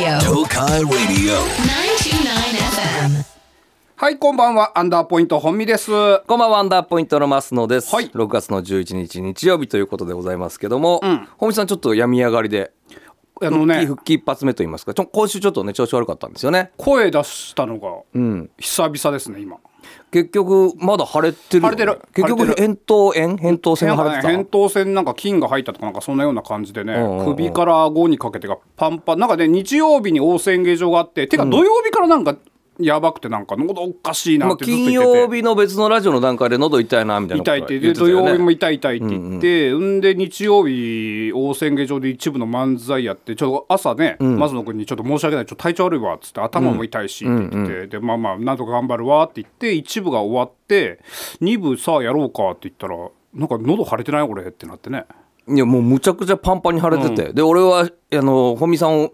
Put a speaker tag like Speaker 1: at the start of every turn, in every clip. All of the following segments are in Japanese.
Speaker 1: Sakai Radio.
Speaker 2: 929 FM.
Speaker 3: はい、こんばんは。アンダーポイント本美です。
Speaker 4: こんばんは、アンダーポイントの増野です。
Speaker 3: はい
Speaker 4: 6月の11日日曜日ということでございますけども、
Speaker 3: ん
Speaker 4: 本日さんちょっと病み上がりで、
Speaker 3: あのね、
Speaker 4: 復帰一発目と言いますか、ちょ今週ちょっとね、調子悪かったんですよね。
Speaker 3: 声出したのが
Speaker 4: うん。
Speaker 3: 久々ですね、今。
Speaker 4: 結局、まだ腫れてるよね、
Speaker 3: 腫れてる
Speaker 4: 結局、
Speaker 3: 腫れてる
Speaker 4: 扁桃炎扁桃腺
Speaker 3: なん
Speaker 4: が腫
Speaker 3: か
Speaker 4: れ
Speaker 3: ね、
Speaker 4: て
Speaker 3: 扁
Speaker 4: た。
Speaker 3: 桃腺なんか菌が入ったとかなんかそんなような感じでね、
Speaker 4: んうんうん
Speaker 3: 首から顎にかけてがパンパン。なんかね、日曜日に応戦下状があって、てか土曜日からなんかやばくてなんか喉おかしいな
Speaker 4: まあ、
Speaker 3: ってずっと言
Speaker 4: 金
Speaker 3: ってて。
Speaker 4: 曜日の別のラジオの段階で喉痛いなみたいなこと
Speaker 3: 痛い
Speaker 4: は
Speaker 3: っ
Speaker 4: 言
Speaker 3: て
Speaker 4: っ
Speaker 3: で
Speaker 4: てたよ
Speaker 3: 土
Speaker 4: ね
Speaker 3: 曜日も痛い痛いって言って、うんで日曜日大宣言場で一部の漫才やってちょっと朝ね、松野君に「ちょっと申し訳ないちょっと体調悪いわ」っつって頭も痛いしって言ってて、でまあまあなんとか頑張るわって言って一部が終わって二部さあやろうかって言ったらなんか喉腫れてない俺ってなってね
Speaker 4: いやもうむちゃくちゃパンパンに腫れてて、で俺はあの本見さんを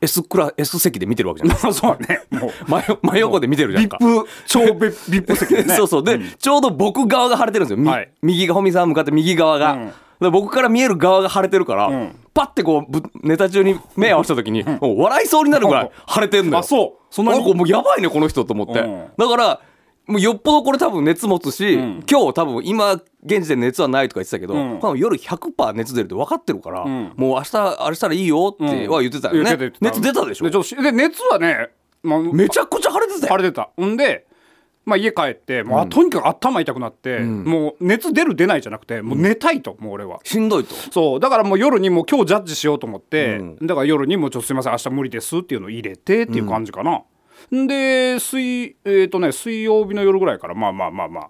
Speaker 4: S クラ、S 席で見てるわけ じゃない
Speaker 3: まあそうだねもう
Speaker 4: 真横真横で見てるじゃんか
Speaker 3: VIP 超ベ VIP 席でね
Speaker 4: そうそうで、ちょうど僕側が腫れてるんですよ、み
Speaker 3: はい
Speaker 4: 右が本見さん向かって右側が、
Speaker 3: うん
Speaker 4: で僕から見える側が腫れてるから、
Speaker 3: ん
Speaker 4: パッてこうぶネタ中に目合わせた時に、もう笑いそうになるぐらい腫れてんのよ
Speaker 3: あそうそんな
Speaker 4: な
Speaker 3: に
Speaker 4: んかもうやばいねこの人と思って、
Speaker 3: うん
Speaker 4: だからもうよっぽどこれ多分熱持つし、今日多分今現時点で熱はないとか言ってたけど、
Speaker 3: ん
Speaker 4: 多分夜100%熱出るって分かってるから、
Speaker 3: ん
Speaker 4: もう明日あれしたらいいよっては言ってたよね、
Speaker 3: 言ってた言って
Speaker 4: 熱出たでしょ
Speaker 3: ちょっとしで熱はね、まあ、
Speaker 4: めちゃくちゃ腫れてたよ
Speaker 3: 腫れてたほんで、まあ、家帰って、まあ、とにかく頭痛くなって、もう熱出る出ないじゃなくてもう寝たいと、もう俺は。
Speaker 4: しんどいと
Speaker 3: そうだからもう夜にもう今日ジャッジしようと思って、だから夜にもうちょっとすいません明日無理ですっていうのを入れてっていう感じかな、ん、で水えっ、とね水曜日の夜ぐらいからまあまあまあま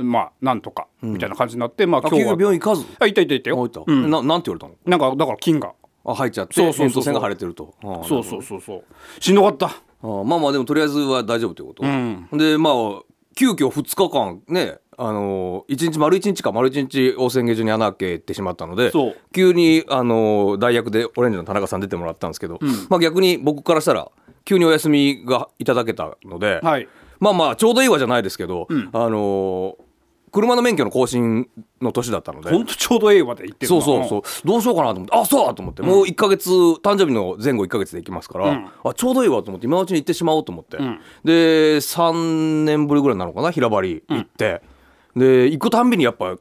Speaker 3: あまあなんとかみたいな感じになって、まあ
Speaker 4: あ
Speaker 3: 今日
Speaker 4: 急遽
Speaker 3: は
Speaker 4: 病院行かず
Speaker 3: あいたいたいた
Speaker 4: あ
Speaker 3: よ
Speaker 4: いた、ななんて言われたの
Speaker 3: なんかだから菌が
Speaker 4: あ入っちゃって
Speaker 3: そうそうそう
Speaker 4: 扁桃腺が腫れてるとああ
Speaker 3: そうそうそうそうしんどかった
Speaker 4: ああまあまあでもとりあえずは大丈夫ということ、
Speaker 3: ん
Speaker 4: でまあ急遽2日間ねあの1日丸1日か丸1日温泉下所に穴開けてしまったので
Speaker 3: そう
Speaker 4: 急にあの代役でオレンジの田中さん出てもらったんですけど、まあ逆に僕からしたら急にお休みがいただけたので、
Speaker 3: はい
Speaker 4: まあまあちょうどいいわじゃないですけど、あの車の免許の更新の年だったので
Speaker 3: ほんとちょうどええわで言ってる
Speaker 4: そ
Speaker 3: な
Speaker 4: うそうそう、どうしようかなと思ってあそうだと思って、もう1か月誕生日の前後1か月で行きますから、
Speaker 3: ん
Speaker 4: あちょうどいいわと思って今のうちに行ってしまおうと思って、で3年ぶりぐらいなのかな平張り行って、で行くたんびにやっぱ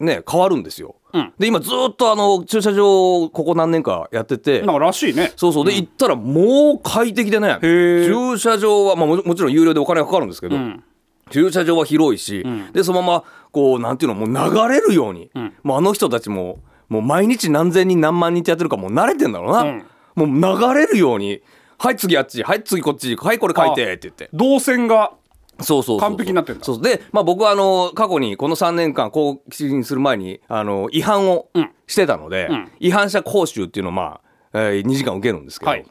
Speaker 4: ね変わるんですよ、
Speaker 3: うん
Speaker 4: で今ずっとあの駐車場をここ何年かやってて
Speaker 3: うんなんからしいね
Speaker 4: そうそうで、行ったらもう快適でね
Speaker 3: へー
Speaker 4: 駐車場は、まあ、ももちろん有料でお金がかかるんですけど、
Speaker 3: ん
Speaker 4: 駐車場は広いし、でそのままこうなんていうのもう流れるように、もうあの人たちももう毎日何千人何万人ってやってるからもう慣れてんだろうな、もう流れるように「はい次あっちはい次こっちはいこれ書いて」って言って
Speaker 3: 動線が
Speaker 4: そうそうそうそう
Speaker 3: 完璧になってんだ
Speaker 4: そうで、まあ、僕はあの過去にこの3年間更新する前にあの違反を
Speaker 3: うん
Speaker 4: してたので、
Speaker 3: うん
Speaker 4: 違反者講習っていうのを、まあえ2時間受けるんですけど、
Speaker 3: はい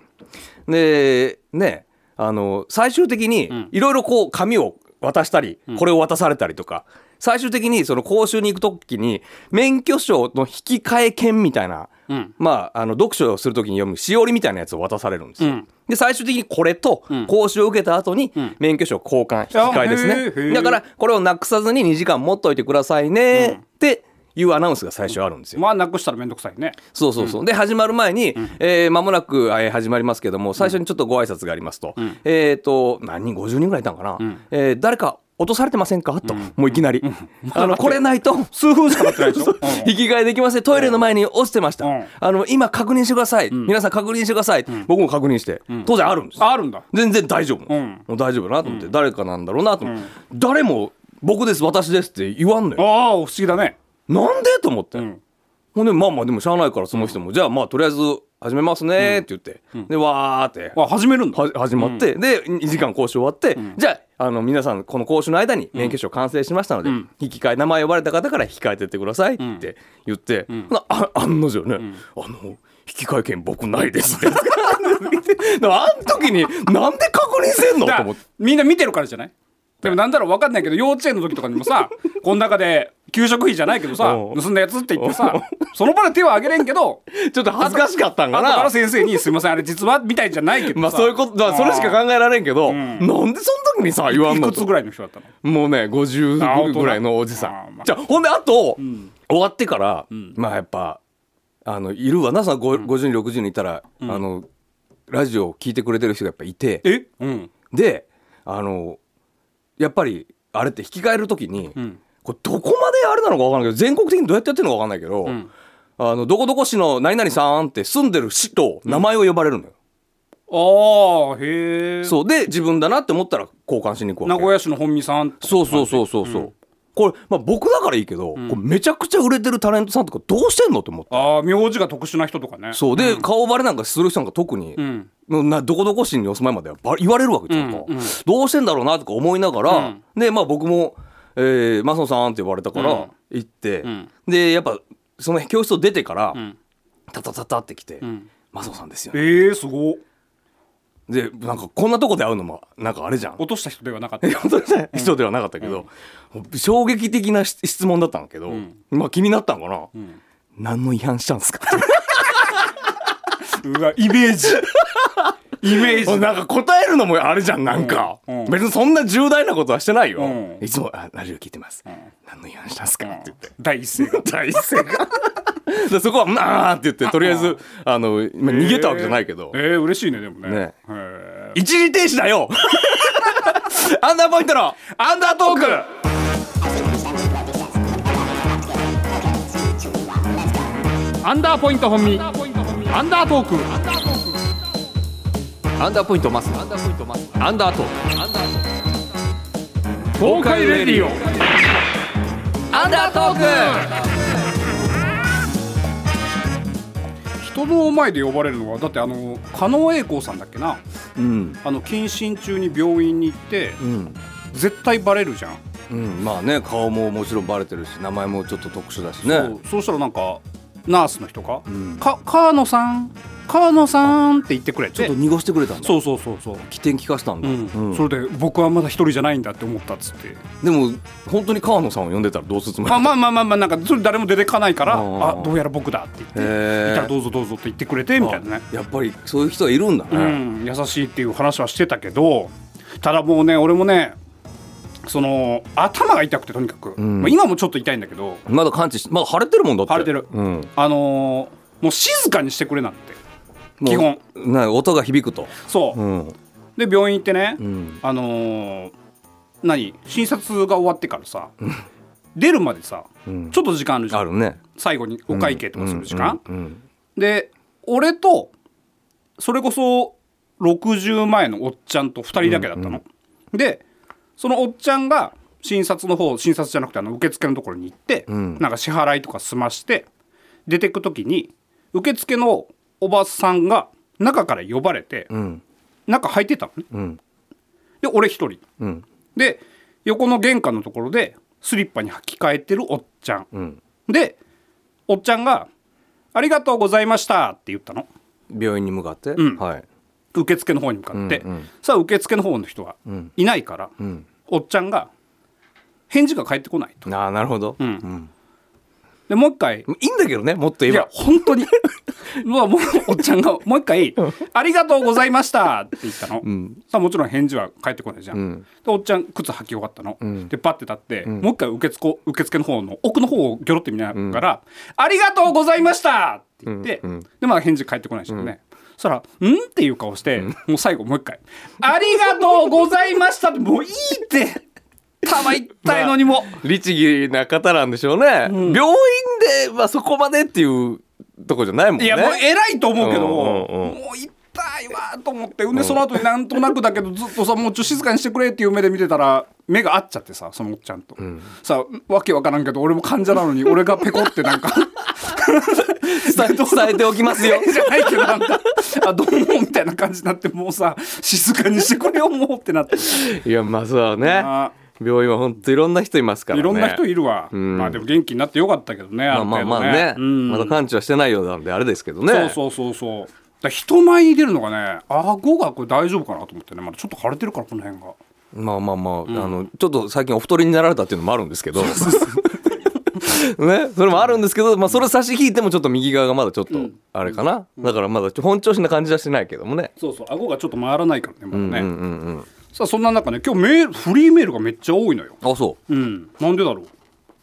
Speaker 4: でねあの最終的にいろいろこう紙を渡したり、これを渡されたりとか最終的にその講習に行く時に免許証の引き換え券みたいな、
Speaker 3: うん
Speaker 4: まあ、あの読書をする時に読むしおりみたいなやつを渡されるんですよ。
Speaker 3: うん
Speaker 4: で最終的にこれと講習を受けた後に免許証交換引き換えです
Speaker 3: あへーへ
Speaker 4: ね
Speaker 3: ー
Speaker 4: だからこれをなくさずに2時間持っといてくださいねっていうアナウンスが最初あるんですよ。
Speaker 3: まあなくしたらめんどくさいね
Speaker 4: そうそうそう。で、始まる前に、えー間もなく、えー始まりますけども、最初にちょっとご挨拶がありますと、えっ、と、何人 ?50 人ぐらいいたんかな、えー誰か落とされてませんかと、もういきなり。 あの、これないと、数分しか経ってないでしょ 引き換えできません。トイレの前に落ちてました。
Speaker 3: うん
Speaker 4: あの、今確認してください。皆さん確認してください。僕も確認して、当然あるんです。
Speaker 3: ああるんだ
Speaker 4: 全然大丈夫なの、
Speaker 3: うん
Speaker 4: もう大丈夫だなと思って、誰かなんだろうなと思って、誰も、僕です、私ですって言わんのよ
Speaker 3: あ。あ不思議だね
Speaker 4: なんでと思って、
Speaker 3: ん
Speaker 4: ほんでまあまあでもしゃあないからその人も、じゃあまあとりあえず始めますねって言って、でわーって
Speaker 3: あ始めるんだ
Speaker 4: は始まって、で2時間講習終わって、じゃああの皆さんこの講習の間に免許証完成しましたので、引き換え名前呼ばれた方から引き換えてってくださいって言って、ほなあ案の定ね、あの引き換え券僕ないですって。 であの時になんで確認せんの
Speaker 3: だ
Speaker 4: と
Speaker 3: か
Speaker 4: 思っ
Speaker 3: ら
Speaker 4: て
Speaker 3: みんな見てるからじゃないでもなんだろう分かんないけど幼稚園の時とかにも さこの中で給食費じゃないけどさ
Speaker 4: うん
Speaker 3: 盗んだやつって言ってさその場で手は挙げれんけど
Speaker 4: ちょっと恥ずかしかったん
Speaker 3: 後
Speaker 4: か
Speaker 3: か
Speaker 4: な
Speaker 3: ら先生に「すいませんあれ実は」みたいじゃないけどさ
Speaker 4: まあそういうことだからそれしか考えられんけど、なんでその時にさ言わん
Speaker 3: い
Speaker 4: の
Speaker 3: くつぐらいの人だったの
Speaker 4: もうね
Speaker 3: あ本当
Speaker 4: 50
Speaker 3: だ
Speaker 4: ぐらいのおじさ
Speaker 3: あーま
Speaker 4: ん
Speaker 3: あ
Speaker 4: じゃあほんであと、終わってから、まあやっぱあのいるわなそのご50人60人いたら、あのラジオを聞いてくれてる人がやっぱいて
Speaker 3: えうん
Speaker 4: であのやっぱりあれって引き換える時に、
Speaker 3: ん
Speaker 4: これどこまであれなのか分からないけど全国的にどうやってやってるのか分かんないけど、
Speaker 3: ん
Speaker 4: あのどこどこ市の何々さんって住んでる市と名前を呼ばれるのよ、
Speaker 3: ああへえ
Speaker 4: そうで自分だなって思ったら交換しに行くわ
Speaker 3: 名
Speaker 4: け
Speaker 3: 古屋市の本見さん
Speaker 4: そうそうそうそうそう、これ、まあ、僕だからいいけど、これめちゃくちゃ売れてるタレントさんとかどうしてんのって思って
Speaker 3: ああ名字が特殊な人とかね
Speaker 4: そうで、顔バレなんかする人なんか特に、
Speaker 3: ん
Speaker 4: のなどこどこ市にお住まいまではば言われるわけじゃんか、
Speaker 3: うんうん
Speaker 4: どうしてんだろうなとか思いながら、でまあ僕も「えー、マスノさん」って言われたから、
Speaker 3: うん
Speaker 4: 行って、
Speaker 3: ん
Speaker 4: でやっぱその教室を出てから、
Speaker 3: ん
Speaker 4: タタタタって来て「
Speaker 3: ん
Speaker 4: マスノさんですよ、ね
Speaker 3: ええすごっ」
Speaker 4: でなんかこんなとこで会うのもなんかあれじゃん
Speaker 3: 落とした人ではなかった
Speaker 4: 本当にね人ではなかったけど、もう衝撃的な質質問だったんだけど、まあ気になったのかな、何の違反したん ですかって
Speaker 3: うわイメージイメージ
Speaker 4: なんか答えるのもあれじゃんなんか、
Speaker 3: うんうん
Speaker 4: 別にそんな重大なことはしてないよ、
Speaker 3: うん
Speaker 4: いつもあラジオ聞いてます、何の違反したんですか、って言って
Speaker 3: 第一声が
Speaker 4: 大声が でそこは「なあ」って言ってとりあえずあの、まあ逃げたわけじゃないけど、
Speaker 3: えーえー嬉しいねでもね
Speaker 4: ね
Speaker 3: へー
Speaker 4: 一時停止だよ アンダーポイントのアンダートーク
Speaker 3: アンダーポイント本身アンダートーク
Speaker 4: アンダーポイントマスアンダーポイントマスアンダートーク
Speaker 3: 東海レディオ
Speaker 4: アンダートーク
Speaker 3: 人の前で呼ばれるのはだってあの加納栄光さんだっけな
Speaker 4: うん
Speaker 3: あの謹慎中に病院に行って
Speaker 4: うん
Speaker 3: 絶対バレるじゃん、
Speaker 4: うん、まあね顔ももちろんバレてるし名前もちょっと特殊だしね
Speaker 3: そうそうしたらなんかナースの人か「
Speaker 4: ん
Speaker 3: か川野さん川野さん」って言ってくれ
Speaker 4: ちょ
Speaker 3: て
Speaker 4: っと濁してくれたんだ
Speaker 3: そうそうそうそう、
Speaker 4: 起点聞かせたんだ、
Speaker 3: うん
Speaker 4: うん
Speaker 3: それで僕はまだ一人じゃないんだって思ったっつって
Speaker 4: でも本当に川野さんを呼んでたらどうするつもり
Speaker 3: あまあまあまあまあなんかそれ誰も出てかないから「
Speaker 4: うん
Speaker 3: あどうやら僕だ」って言って「
Speaker 4: へ
Speaker 3: い
Speaker 4: ー
Speaker 3: たらどうぞどうぞ」って言ってくれてみたいなね
Speaker 4: あやっぱりそういう人はいるんだ
Speaker 3: う
Speaker 4: ね、
Speaker 3: ん、優しいっていう話はしてたけどただもうね俺もねその頭が痛くてとにかく、
Speaker 4: ん
Speaker 3: まあ、今もちょっと痛いんだけど
Speaker 4: まだ完治しまだ腫れてるもんだって
Speaker 3: 腫れてる
Speaker 4: うん、
Speaker 3: あのーもう静かにしてくれなんて基本
Speaker 4: もうな音が響くと
Speaker 3: そう、
Speaker 4: うん
Speaker 3: で病院行ってね、
Speaker 4: うん
Speaker 3: あのー何診察が終わってからさ出るまでさ、
Speaker 4: うん
Speaker 3: ちょっと時間あるじゃ
Speaker 4: あ
Speaker 3: ん
Speaker 4: るね
Speaker 3: 最後にお会計とかする時間、
Speaker 4: うんうん
Speaker 3: で俺とそれこそ60前のおっちゃんと2人だけだったの、でそのおっちゃんが診察の方診察じゃなくてあの受付のところに行って、
Speaker 4: ん
Speaker 3: なんか支払いとか済まして出てく時に受付のおばさんが中から呼ばれて、
Speaker 4: ん
Speaker 3: 中入ってたのね
Speaker 4: うん
Speaker 3: で俺1人
Speaker 4: うん
Speaker 3: で横の玄関のところでスリッパに履き替えてるおっちゃん、
Speaker 4: ん
Speaker 3: でおっちゃんが「ありがとうございました」って言ったの
Speaker 4: うん病院に向かって、
Speaker 3: ん
Speaker 4: はい
Speaker 3: 受付の方に向かって、
Speaker 4: うんうん
Speaker 3: さあ受付の方の人は
Speaker 4: ん
Speaker 3: いないから、
Speaker 4: ん
Speaker 3: おっちゃんが返事が返ってこないと
Speaker 4: ああなるほど、
Speaker 3: んでもう一回
Speaker 4: いいんだけどねもっと言
Speaker 3: い
Speaker 4: え
Speaker 3: や
Speaker 4: ば
Speaker 3: 本当に もうもうおっちゃんがもう一回「ありがとうございました」って言ったの、さあもちろん返事は返ってこないじゃん、でおっちゃん靴履き終わったの、でバッて立って、もう一回受付受付の方の奥の方をギョロって見ながら「ありがとうございました」って言って、でまだ返事返ってこないじゃんね、そしたら「ん?」っていう顔して、もう最後もう一回「ありがとうございました」ってもういいって玉痛いのにも、
Speaker 4: 律儀な方なんでしょうね、病院で、まあ、そこまでっていうとこじゃないもんね
Speaker 3: いやもう偉いと思うけど、
Speaker 4: うんうんうん
Speaker 3: もう痛いわと思ってでその後になんとなくだけどずっとさもうちょっと静かにしてくれっていう目で見てたら目が合っちゃってさそのおっちゃんと、さわけわからんけど俺も患者なのに俺がペコってなん か
Speaker 4: 伝え伝えておきますよ
Speaker 3: じゃないけどなんかあどうもみたいな感じになってもうさ静かにしてくれよもうってなって
Speaker 4: いやまあそうね
Speaker 3: あ
Speaker 4: 病院は本当いろんな人いますからね
Speaker 3: いろんな人い
Speaker 4: る
Speaker 3: るわ、
Speaker 4: ん
Speaker 3: まあでも元気になってよかったけどね
Speaker 4: まあまあまあね
Speaker 3: る程度うん
Speaker 4: まだ完治はしてないようなんであれですけどね
Speaker 3: そうそうそうそうだから人前に出るのがね顎がこれ大丈夫かなと思ってねまだちょっと腫れてるからこの辺が。
Speaker 4: まあまあまあ、あのちょっと最近お太りになられたっていうのもあるんですけど ね、それもあるんですけど、まあ、それ差し引いてもちょっと右側がまだちょっとあれかな、だからまだちょ本調子な感じはしてないけどもね
Speaker 3: そうそう顎がちょっと回らないからねまだね、
Speaker 4: うんうんうん
Speaker 3: さあそんな中ね今日メールフリーメールがめっちゃ多いのよ
Speaker 4: あそう
Speaker 3: うんなんでだろう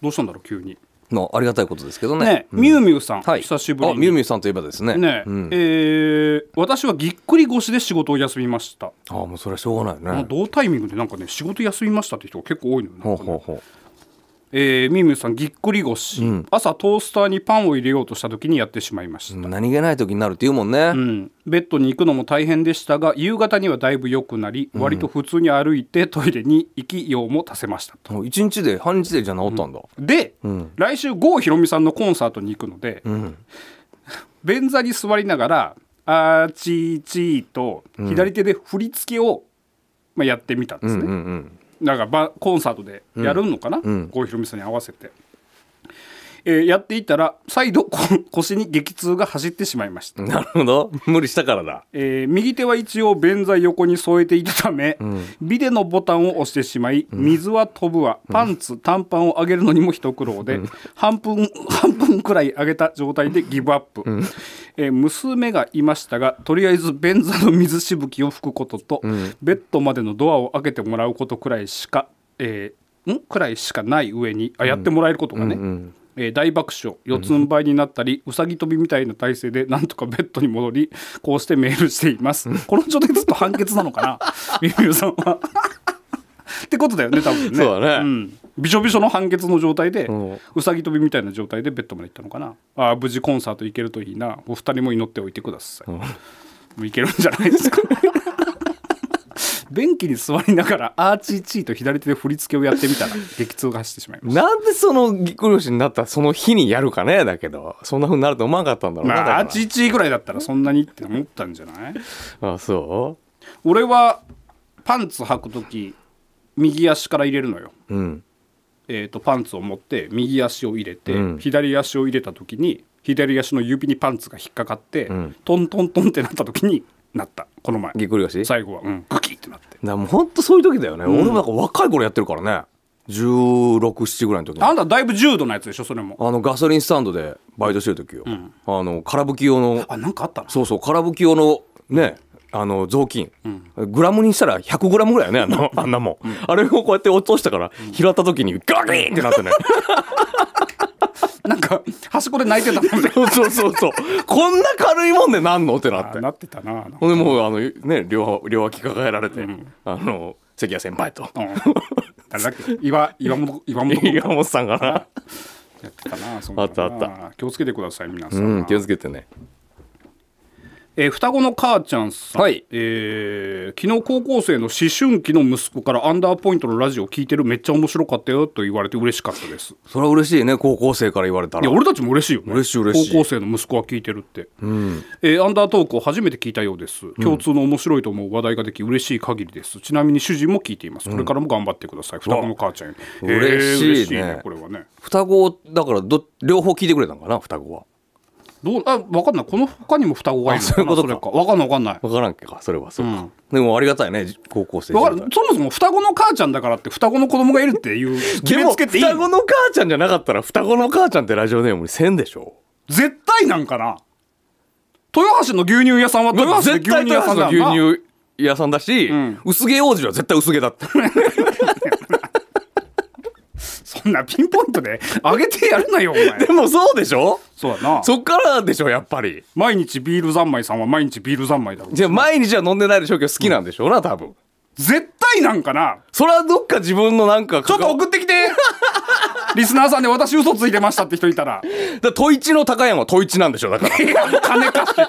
Speaker 3: どうしたんだろう急に
Speaker 4: のありがたいことですけどね
Speaker 3: ね、
Speaker 4: うん
Speaker 3: みゆみゆさん、
Speaker 4: はい、
Speaker 3: 久しぶり
Speaker 4: あ
Speaker 3: に
Speaker 4: みゆみゆさんといえばですね
Speaker 3: ね
Speaker 4: うん、
Speaker 3: えー私はぎっくり腰で仕事を休みました、
Speaker 4: あもうそれはしょうがないよね
Speaker 3: 同タイミングでなんかね仕事休みましたって人が結構多いのよ、ね
Speaker 4: ほうほうほう
Speaker 3: えー、みゆみゆさんぎっくり腰、朝トースターにパンを入れようとした時にやってしまいました、
Speaker 4: 何気ない時になるって言うもんね、
Speaker 3: うん、ベッドに行くのも大変でしたが夕方にはだいぶ良くなり割と普通に歩いてトイレに行きようも足せましたと、
Speaker 4: もう一日で半日でじゃ治ったんだ、
Speaker 3: で、来週郷ひろみさんのコンサートに行くので、便座に座りながら「あーちーちー」と左手で振り付けを、まあ、やってみたんですね、
Speaker 4: うんうん
Speaker 3: なんかばコンサートでやるのかな、郷ひろみさんに合わせて、えーやっていたら再度こ腰に激痛が走ってしまいました
Speaker 4: なるほど無理したからだ
Speaker 3: えー右手は一応便座横に添えていたため、ビデのボタンを押してしまい水は飛ぶわパンツ、短パンを上げるのにも一苦労で、半分 半分くらい上げた状態でギブアップ、えー娘がいましたがとりあえず便座の水しぶきを吹くことと、ベッドまでのドアを開けてもらうことくらいしか、えーんくらいしかない上にあやってもらえることがね、えー大爆笑四つん這いになったり、うさぎ跳びみたいな体勢で なんとかベッドに戻りこうしてメールしています、この状態ずっと判決なのかなみゆみゆさんはってことだよね多分ね
Speaker 4: そうだね
Speaker 3: ん、びしょびしょの判決の状態で、うんさぎ跳びみたいな状態でベッドまで行ったのかなあー無事コンサート行けるといいなお二人も祈っておいてください、もういけるんじゃないですか便器に座りながらアーチーチーと左手で振り付けをやってみたら激痛が走ってしまいました
Speaker 4: なんでそのぎっくり腰になったその日にやるかねだけどそんなふうになると思わなかったんだろうな、だ
Speaker 3: ま
Speaker 4: か
Speaker 3: あ、
Speaker 4: ら
Speaker 3: あちいちぐらいだったらそんなにって思ったんじゃない
Speaker 4: あそ
Speaker 3: 俺はパンツ履く時右足から入れるのよ、
Speaker 4: ううん
Speaker 3: えー、とパンツを持って右足を入れて、
Speaker 4: うん
Speaker 3: 左足を入れた時に左足の指にパンツが引っかかって、
Speaker 4: ん
Speaker 3: トントントンってなった時になったこの前
Speaker 4: ぎっくり腰だか
Speaker 3: 最後は、うん、グキってなって
Speaker 4: らもうほんとそういう時だよね、俺もなんか若い頃やってるからね1617ぐらいの時に
Speaker 3: あんただいぶ重度のやつでしょそれも
Speaker 4: あのガソリンスタンドでバイトしてる時よ、あの空拭き用の
Speaker 3: あなんかあったな
Speaker 4: そうそう空拭き用のねあの雑巾、グラムにしたら100グラムぐらいよねあのあんなもん、あれをこうやって落としたから拾った時にガキーンってなってね
Speaker 3: なんか端っこで泣いてたもんね
Speaker 4: そうそうそうそうこんな軽いもんでなんのってなっ
Speaker 3: あ
Speaker 4: て
Speaker 3: なってたな
Speaker 4: ほんでもうあのね両両脇抱えられて、あの関谷先輩と
Speaker 3: うん誰だっけ岩岩本岩本君
Speaker 4: 岩本さんかな
Speaker 3: やってたなそんなの
Speaker 4: あったあった
Speaker 3: な気をつけてください皆さん、
Speaker 4: うん気をつけてね
Speaker 3: えー双子の母ちゃんさん、
Speaker 4: はい
Speaker 3: えー昨日高校生の思春期の息子からアンダーポイントのラジオ聞いてるめっちゃ面白かったよと言われて嬉しかったですい
Speaker 4: それは嬉しいね高校生から言われたら
Speaker 3: や俺たちも嬉しいよね
Speaker 4: 嬉しい嬉しい
Speaker 3: 高校生の息子は聞いてるって、えーアンダートークを初めて聞いたようです共通の面白いと思う話題ができ嬉しい限りですちなみに主人も聞いていますこれからも頑張ってください、双子の母ちゃんより
Speaker 4: わ嬉しいね
Speaker 3: 嬉しいねこれはね
Speaker 4: 双子だからど両方聞いてくれたのかな双子は
Speaker 3: どうあ分かんないこの他にも双子がいるのかな
Speaker 4: あそういうことか
Speaker 3: れか分かんない分かんない
Speaker 4: 分からんけかそれはそうか、でもありがたいね高校生
Speaker 3: わか
Speaker 4: 時
Speaker 3: る
Speaker 4: 代
Speaker 3: そもそも双子の母ちゃんだからって双子の子供がいるっていう決
Speaker 4: で
Speaker 3: め
Speaker 4: も
Speaker 3: つけていい
Speaker 4: 双子の母ちゃんじゃなかったら双子の母ちゃんってラジオネームにせんでしょ
Speaker 3: 絶対なんかな豊橋の牛乳屋さんは豊橋の牛
Speaker 4: 絶対
Speaker 3: 乳屋さんだ
Speaker 4: の
Speaker 3: よな
Speaker 4: 牛乳屋さんだし、薄毛王子は絶対薄毛だって
Speaker 3: そんなピンポイントで上げてやるなよお前
Speaker 4: でもそうでしょ
Speaker 3: そうだな
Speaker 4: そっからでしょやっぱり
Speaker 3: 毎日ビール三昧さんは毎日ビール三昧だろ
Speaker 4: じゃあ毎日は飲んでないでしょうけど好きなんでしょうな多分
Speaker 3: 絶対なんかな
Speaker 4: それはどっか自分のなんか
Speaker 3: ちょっと送ってき てリスナーさんで私嘘ついてましたって人いたら
Speaker 4: だトイチの高山はトイチなんでしょだから きっ
Speaker 3: 金貸し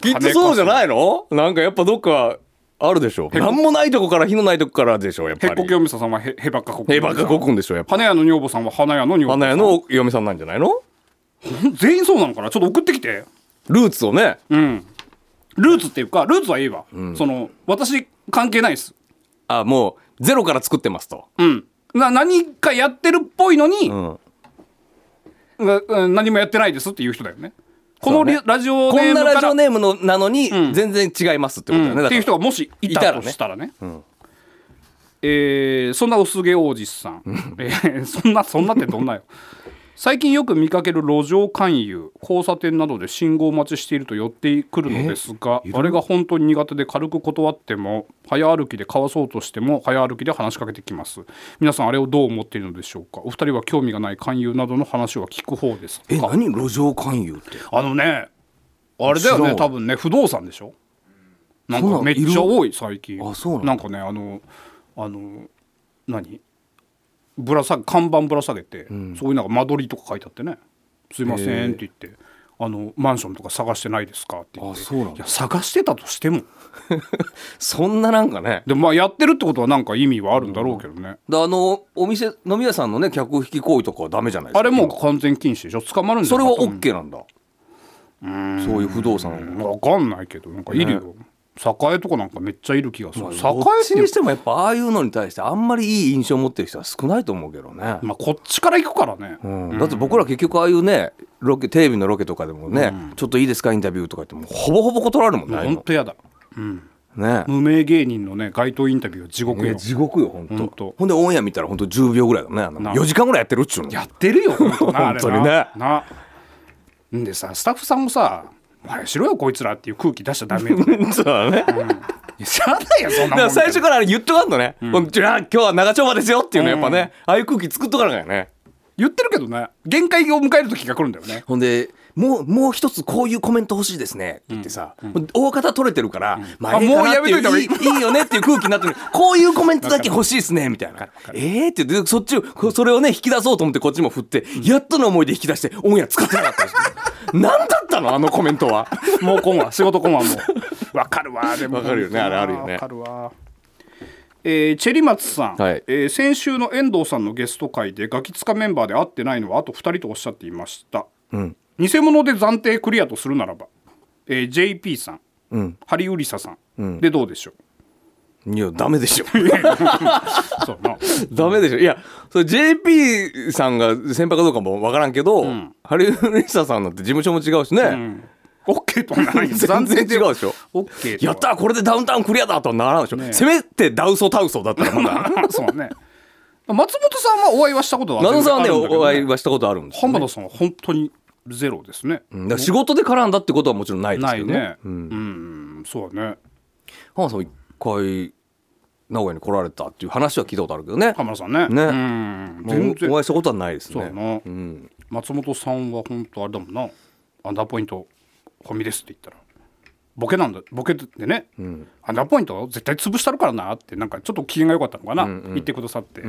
Speaker 3: 金貸し
Speaker 4: とそうじゃないのなんかやっぱどっかあるでしょなんもないとこから火のないとこからでしょやっ
Speaker 3: へ
Speaker 4: ぱ
Speaker 3: っこ
Speaker 4: り
Speaker 3: きおみそさんはへへばっかこく
Speaker 4: えばっかこくんでしょやっぱ
Speaker 3: 花屋の女房さんは花屋の女房さん
Speaker 4: 花屋の嫁さんなんじゃないの
Speaker 3: 全員そうなのかなちょっと送ってきて
Speaker 4: ルーツをね
Speaker 3: うんルーツっていうかルーツはいいわ、その私関係ないです
Speaker 4: あもうゼロから作ってますと
Speaker 3: うんな何かやってるっぽいのに、
Speaker 4: ん
Speaker 3: なうん何もやってないですっていう人だよねこのリ
Speaker 4: そうね
Speaker 3: ラジオ
Speaker 4: こ
Speaker 3: ネー
Speaker 4: ん
Speaker 3: ム
Speaker 4: な
Speaker 3: から
Speaker 4: ラジオネームのなのに全然違いますってことだよ
Speaker 3: うん
Speaker 4: ね、だ
Speaker 3: っていう人
Speaker 4: か
Speaker 3: がもしい
Speaker 4: いた
Speaker 3: たと
Speaker 4: らね
Speaker 3: したらねえーそんな薄毛王子さん、えーそんなそんなってどんなよ最近よく見かける路上勧誘交差点などで信号待ちしていると寄ってくるのですがあれが本当に苦手で軽く断っても早歩きでかわそうとしても早歩きで話しかけてきます皆さんあれをどう思っているのでしょうかお二人は興味がない勧誘などの話は聞く方ですか
Speaker 4: え何路上勧誘って
Speaker 3: あのねあれだよ
Speaker 4: 知ら
Speaker 3: ね
Speaker 4: ん
Speaker 3: 多分ね不動産でしょなん
Speaker 4: そうな
Speaker 3: か
Speaker 4: の
Speaker 3: めっちゃ多い最近
Speaker 4: あそうなの
Speaker 3: なんかねあのあの何ぶら下げ看板ぶら下げて、そういうなんか間取りとか書いてあってね「すいません」って言って。あのマンションとか探してないですかって言って
Speaker 4: あそうなんだ
Speaker 3: いや探してたとしても
Speaker 4: そんななんかね
Speaker 3: でもまあやってるってことはなんか意味はあるんだろうけどね、
Speaker 4: であのお店飲み屋さんのね客引き行為とかはダメじゃないですか
Speaker 3: あれもう完全禁止でしょ捕まるんじ
Speaker 4: そ
Speaker 3: ゃ
Speaker 4: れ
Speaker 3: ない
Speaker 4: は
Speaker 3: かと
Speaker 4: OK なんだそういう不動産
Speaker 3: 分かんないけどなんかいるよ、栄とかなんかめっちゃいる気がする、栄
Speaker 4: どっち
Speaker 3: って
Speaker 4: にしてもやっぱああいうのに対してあんまりいい印象を持ってる人は少ないと思うけどね、
Speaker 3: まあ、こっちから行くからね、
Speaker 4: うん、だって僕ら結局ああいうねロケテレビのロケとかでもね、ちょっといいですかインタビューとか言ってもほぼほぼ断られるもんねああいう
Speaker 3: 本
Speaker 4: の
Speaker 3: 当やだ
Speaker 4: ね
Speaker 3: 無名芸人のね街頭インタビューは地獄
Speaker 4: い
Speaker 3: よ、
Speaker 4: や地獄よ本当
Speaker 3: ほんと
Speaker 4: ほんでオンエア見たら本当10秒ぐらいだねあの
Speaker 3: な
Speaker 4: 4時間ぐらいやってるっちゅうの
Speaker 3: やってるよ本当なあれな
Speaker 4: 本当にね
Speaker 3: なんでさスタッフさんもさ「お前しろよこいつら」っていう空気出しちゃダメ よい
Speaker 4: そうだねだか
Speaker 3: や知らないよそんなもん
Speaker 4: ら最初からあれ言っとかんとね、うん、じゃあ今日は長丁場ですよっていうのやっぱね、ああいう空気作っとかなきゃね
Speaker 3: 言ってるけどね限界を迎える時が来るんだよね
Speaker 4: ほんでもうもう一つこういうコメント欲しいですねって言ってさ、大方取れてるから、まあ
Speaker 3: あ
Speaker 4: ええかなってい
Speaker 3: もうやめといた方が
Speaker 4: う
Speaker 3: い
Speaker 4: い
Speaker 3: い
Speaker 4: いいいよねっていう空気に なってるこういうコメントだけ欲しいですねみたいなえーって言ってそっちをこそれをね引き出そうと思ってこっちも振って、やっとの思いで引き出してオンエア使ってなか ったんですよ何だったのあのコメントは。
Speaker 3: もう今は仕事今はも うわかるわでも
Speaker 4: わかるよねあれあるよね
Speaker 3: わかるわえーチェリマツさん、
Speaker 4: はい
Speaker 3: えー先週の遠藤さんのゲスト会でガキツカメンバーで会ってないのはあと2人とおっしゃっていました、偽物で暫定クリアとするならば、えー JP さん、ハリウリサさん、でどうでしょ
Speaker 4: いやダメでしょ
Speaker 3: うそうな
Speaker 4: ダメでしょいやそれ JP さんが先輩かどうかもわからんけど、ハリウッドサさんだって事務所も違うしね、
Speaker 3: OK とはならんよ
Speaker 4: 全然違うでしょ
Speaker 3: OK とは
Speaker 4: やったーこれでダウンタウンクリアだとはならんでしょ、せめてダウソタウソだったらま だ
Speaker 3: そうね松本さんはお会いはしたことは
Speaker 4: ナノさんはね
Speaker 3: 全然あるだけど
Speaker 4: お会いはしたことあるんですよ、
Speaker 3: 浜
Speaker 4: ね、
Speaker 3: 田さんは本当にゼロですね、
Speaker 4: だから仕事で絡んだってことはもちろんないです
Speaker 3: な
Speaker 4: け
Speaker 3: い
Speaker 4: どね
Speaker 3: ね。うん、そうだね。
Speaker 4: 浜田さんも一回名古屋に来られたっていう話は聞いたことあるけどね
Speaker 3: 浜田さんね。
Speaker 4: ね
Speaker 3: うん、
Speaker 4: もう
Speaker 3: 全然
Speaker 4: お。会いしたことはないです
Speaker 3: そうだ
Speaker 4: ね
Speaker 3: な、松本さんは本当あれだもんな。アンダーポイント、込みですって言ったら。ボケなんだボケでね、アンダーポイント絶対潰したるからなってなんかちょっと機嫌が良かったのかな、言ってくださって、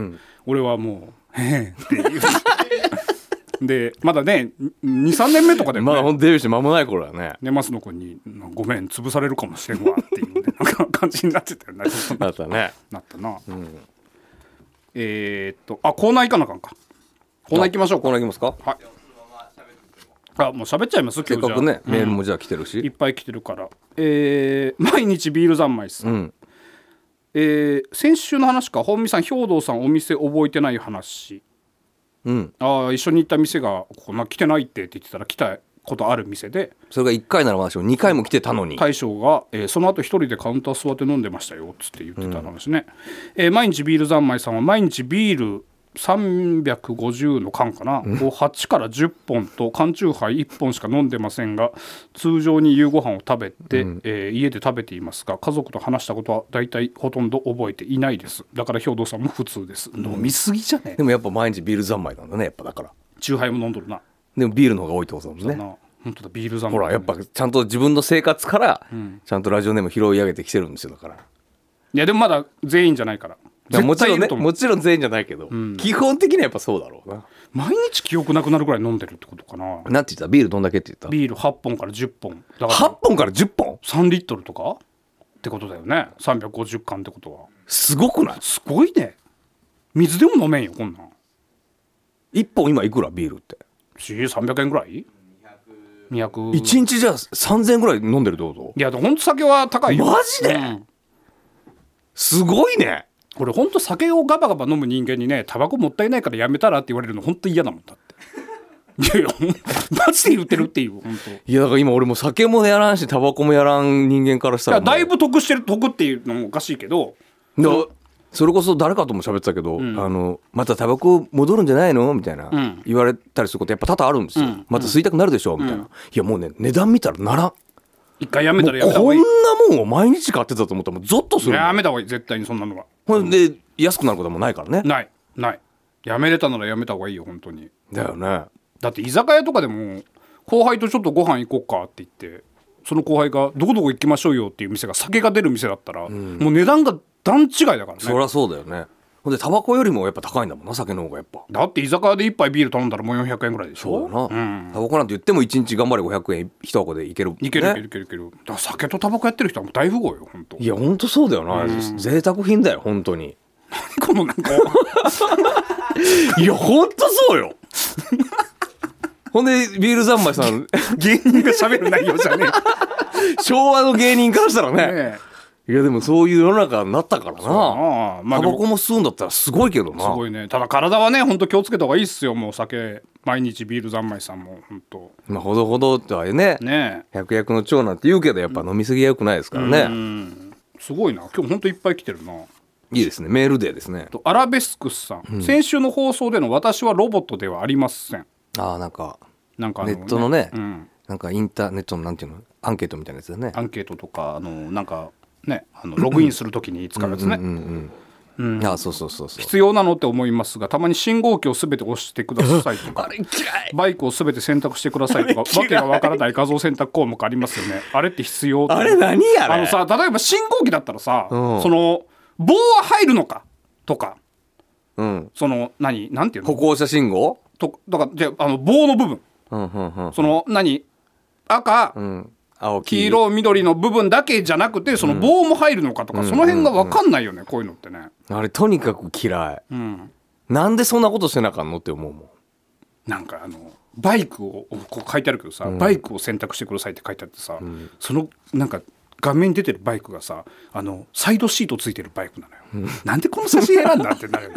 Speaker 3: 俺はもう「へえ」って言うでまだね23年目とかで、ね、
Speaker 4: まだほんとデビューして間もない頃だね
Speaker 3: で松野君に「ごめん潰されるかもしれんわ」っていう、ね、なんか感じになってたよね
Speaker 4: だったね
Speaker 3: なったな、えーっとあコーナー行かなあかんかコーナー行きましょう
Speaker 4: こ
Speaker 3: コー
Speaker 4: の行きますか
Speaker 3: ナーはいあもう喋っちゃいます
Speaker 4: せっ
Speaker 3: 今日
Speaker 4: か
Speaker 3: じゃ
Speaker 4: く
Speaker 3: あ
Speaker 4: ね、メールもじゃあ来てる
Speaker 3: いっ
Speaker 4: し
Speaker 3: ぱい来てるからえー 毎日ビール三昧さん、
Speaker 4: ん
Speaker 3: えー先週の話か本見さん兵藤さんお店覚えてない話
Speaker 4: うん
Speaker 3: あー一緒に行った店が「ここな来てないって」って言ってたら来たことある店で
Speaker 4: それが1回ならまだしも2回も来てたのに、
Speaker 3: 大将が、えーその後一人でカウンター座って飲んでましたよっつって言ってた話ね、えー毎日ビール三昧さんは毎日ビール350の缶かな、を8から10本と缶チューハイ1本しか飲んでませんが通常に夕ご飯を食べて、えー家で食べていますが家族と話したことは大体ほとんど覚えていないですだから兵頭さんも普通です、飲みすぎじゃねえ
Speaker 4: でもやっぱ毎日ビール三昧なんだねやっぱだから
Speaker 3: チューハイも飲んどるな,、
Speaker 4: でもビールの方が多いってことだもんね
Speaker 3: な本当だビール三昧
Speaker 4: ほらやっぱちゃんと自分の生活からちゃんとラジオネーム拾い上げてきてるんですよだから
Speaker 3: いやでもまだ全員じゃないから
Speaker 4: いやも
Speaker 3: 絶対
Speaker 4: ちろ
Speaker 3: い
Speaker 4: んね
Speaker 3: ると思う
Speaker 4: もちろん全員じゃないけど、基本的にはやっぱそうだろうな
Speaker 3: 毎日記憶なくなるぐらい飲んでるってことかな
Speaker 4: なんて言ったビールどんだけって言っ
Speaker 3: ビール8本から10本だ
Speaker 4: た
Speaker 3: か
Speaker 4: 8
Speaker 3: ら
Speaker 4: 本から10本
Speaker 3: 3リットルとかってことだよね350缶ってことは
Speaker 4: すごくない
Speaker 3: すごいね水でも飲めんよこんなん
Speaker 4: 1本今いくらビールって
Speaker 3: し300円ぐらい200
Speaker 4: 1日じゃあ3000ぐらい飲んでるってこと
Speaker 3: いやでもほんと酒は高いよ
Speaker 4: マジで
Speaker 3: うん
Speaker 4: すごいね
Speaker 3: 俺ほんと酒をガバガバ飲む人間にねタバコもったいないからやめたらって言われるのほんと嫌だもんだっていやいやほんマジで言ってるっていうほんとい
Speaker 4: いやだから今俺も酒もやらんしタバコもやらん人間からしたら
Speaker 3: や
Speaker 4: もう
Speaker 3: だいぶ得してる得っていうのもおかしいけど
Speaker 4: だそれこそ誰かとも喋ってたけど、あのまたタバコ戻るんじゃないのみたいな、
Speaker 3: ん
Speaker 4: 言われたりすることやっぱ多々あるんですよ、また吸いたくなるでしょみたいな、いやもうね値段見たらならん
Speaker 3: 一回やめ
Speaker 4: も
Speaker 3: た
Speaker 4: う
Speaker 3: らやめた方
Speaker 4: こ
Speaker 3: がい
Speaker 4: ん
Speaker 3: い
Speaker 4: なもんを毎日買ってたと思ったらもうゾッとするもん
Speaker 3: やめた方がいい絶対にそんなのは
Speaker 4: ほんで安くなることはもうないからね
Speaker 3: ないないやめれたならやめた方がいいよ本当に
Speaker 4: だよね
Speaker 3: だって居酒屋とかでも後輩とちょっとご飯行こうかって言ってその後輩がどこどこ行きましょうよっていう店が酒が出る店だったら、もう値段が段違いだから
Speaker 4: そり
Speaker 3: ね
Speaker 4: ゃそうだよねほんでタバコよりもやっぱ高いんだもんな酒の方がやっぱ
Speaker 3: だって居酒屋で一杯ビール頼んだらもう400円ぐらいでし
Speaker 4: そう
Speaker 3: ょ
Speaker 4: だよ
Speaker 3: ん
Speaker 4: な、タバコなんて言っても1日頑張れ500円一箱でいける
Speaker 3: いけるいける
Speaker 4: ね
Speaker 3: いけるいける、だから酒とタバコやってる人はもう大富豪よ本当
Speaker 4: いやほんとそうだよな、贅沢品だよ本当に
Speaker 3: このなんか
Speaker 4: いやほんとそうよ ほんでビール三昧さ ん
Speaker 3: 芸人が喋る内容じゃ ね
Speaker 4: 昭和の芸人からしたら
Speaker 3: え
Speaker 4: ね
Speaker 3: ねえ
Speaker 4: いやでもそういう世の中になったからな
Speaker 3: ああまあで
Speaker 4: タバ
Speaker 3: も
Speaker 4: コも吸うんだったらすごいけど
Speaker 3: す
Speaker 4: な
Speaker 3: ごいねただ体はね本当気をつけた方がいいっすよもう酒毎日ビール三昧さんも本当
Speaker 4: まあほどほどってはね
Speaker 3: ね
Speaker 4: 百薬の長なんて言うけどやっぱ飲みすぎはよくないですからね、
Speaker 3: えうんすごいな今日本当いっぱい来てるない
Speaker 4: いですねメールデーですね
Speaker 3: とアラベスクスさん、先週の放送での「私はロボットではありません
Speaker 4: ああなんか」
Speaker 3: なんかあ
Speaker 4: ネットのね
Speaker 3: うん
Speaker 4: なんかインターネットのなんていうのアンケートみたいなやつだね
Speaker 3: アンケートとかあのなんかねあのログインするときに使うやつね、
Speaker 4: ああそうそうそうそう
Speaker 3: 必要なのって思いますがたまに信号機をすべて押してくださいと か
Speaker 4: あれ嫌い
Speaker 3: バイクをすべて選択してくださいとか わけがわからない画像選択項目ありますよねあれって必要って
Speaker 4: あれ何やね
Speaker 3: あのさ例えば信号機だったらさ、
Speaker 4: うん
Speaker 3: その棒は入るのかとか
Speaker 4: うん
Speaker 3: その何なんていう
Speaker 4: 歩
Speaker 3: の
Speaker 4: 行者信号
Speaker 3: ととかじゃああの棒の部分
Speaker 4: うんうんうん
Speaker 3: その何赤、
Speaker 4: うん青
Speaker 3: 黄色緑の部分だけじゃなくてその棒も入るのかとか、その辺が分かんないよね、こういうのってね、
Speaker 4: あれとにかく嫌い
Speaker 3: うん、
Speaker 4: なんでそんなことしてなあかんのって思うもん
Speaker 3: なんかあのバイクをこう書いてあるけどさ、バイクを選択してくださいって書いてあってさ、そのなんか画面に出てるバイクがさあのサイドシートついてるバイクなのよ、なんでこの写真選んだってなるよね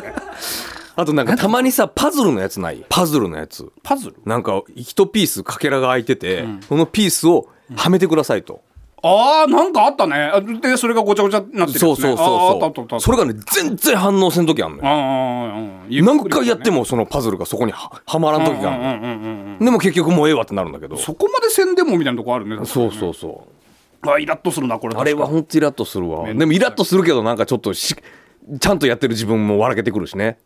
Speaker 4: あとなんかたまにさパズルのやつないパズルのやつ
Speaker 3: パズル
Speaker 4: なんか一ピースかけらが空いてて、そのピースをはめてくださいと、
Speaker 3: あーなんかあったねあでそれがごちゃごちゃになってるやつね
Speaker 4: そうそう
Speaker 3: あーあったあ
Speaker 4: そ
Speaker 3: っ
Speaker 4: う
Speaker 3: たあった
Speaker 4: そうそれがね全然反応せん時あんのよ
Speaker 3: あー、うん、
Speaker 4: 何回やって
Speaker 3: も
Speaker 4: もそのパズルがそこにははまらん時があんのよでも結局もうええわってなるんだけどそ
Speaker 3: そこまでせんでもみたいなとこあるね
Speaker 4: うそうそう
Speaker 3: あイラッとするなこれ
Speaker 4: あれは
Speaker 3: 確か
Speaker 4: 本当イラッとするわ
Speaker 3: 面倒くさい
Speaker 4: でもイラッとするけどなんかちょっとしちゃんとやってる自分も笑けてくるしね、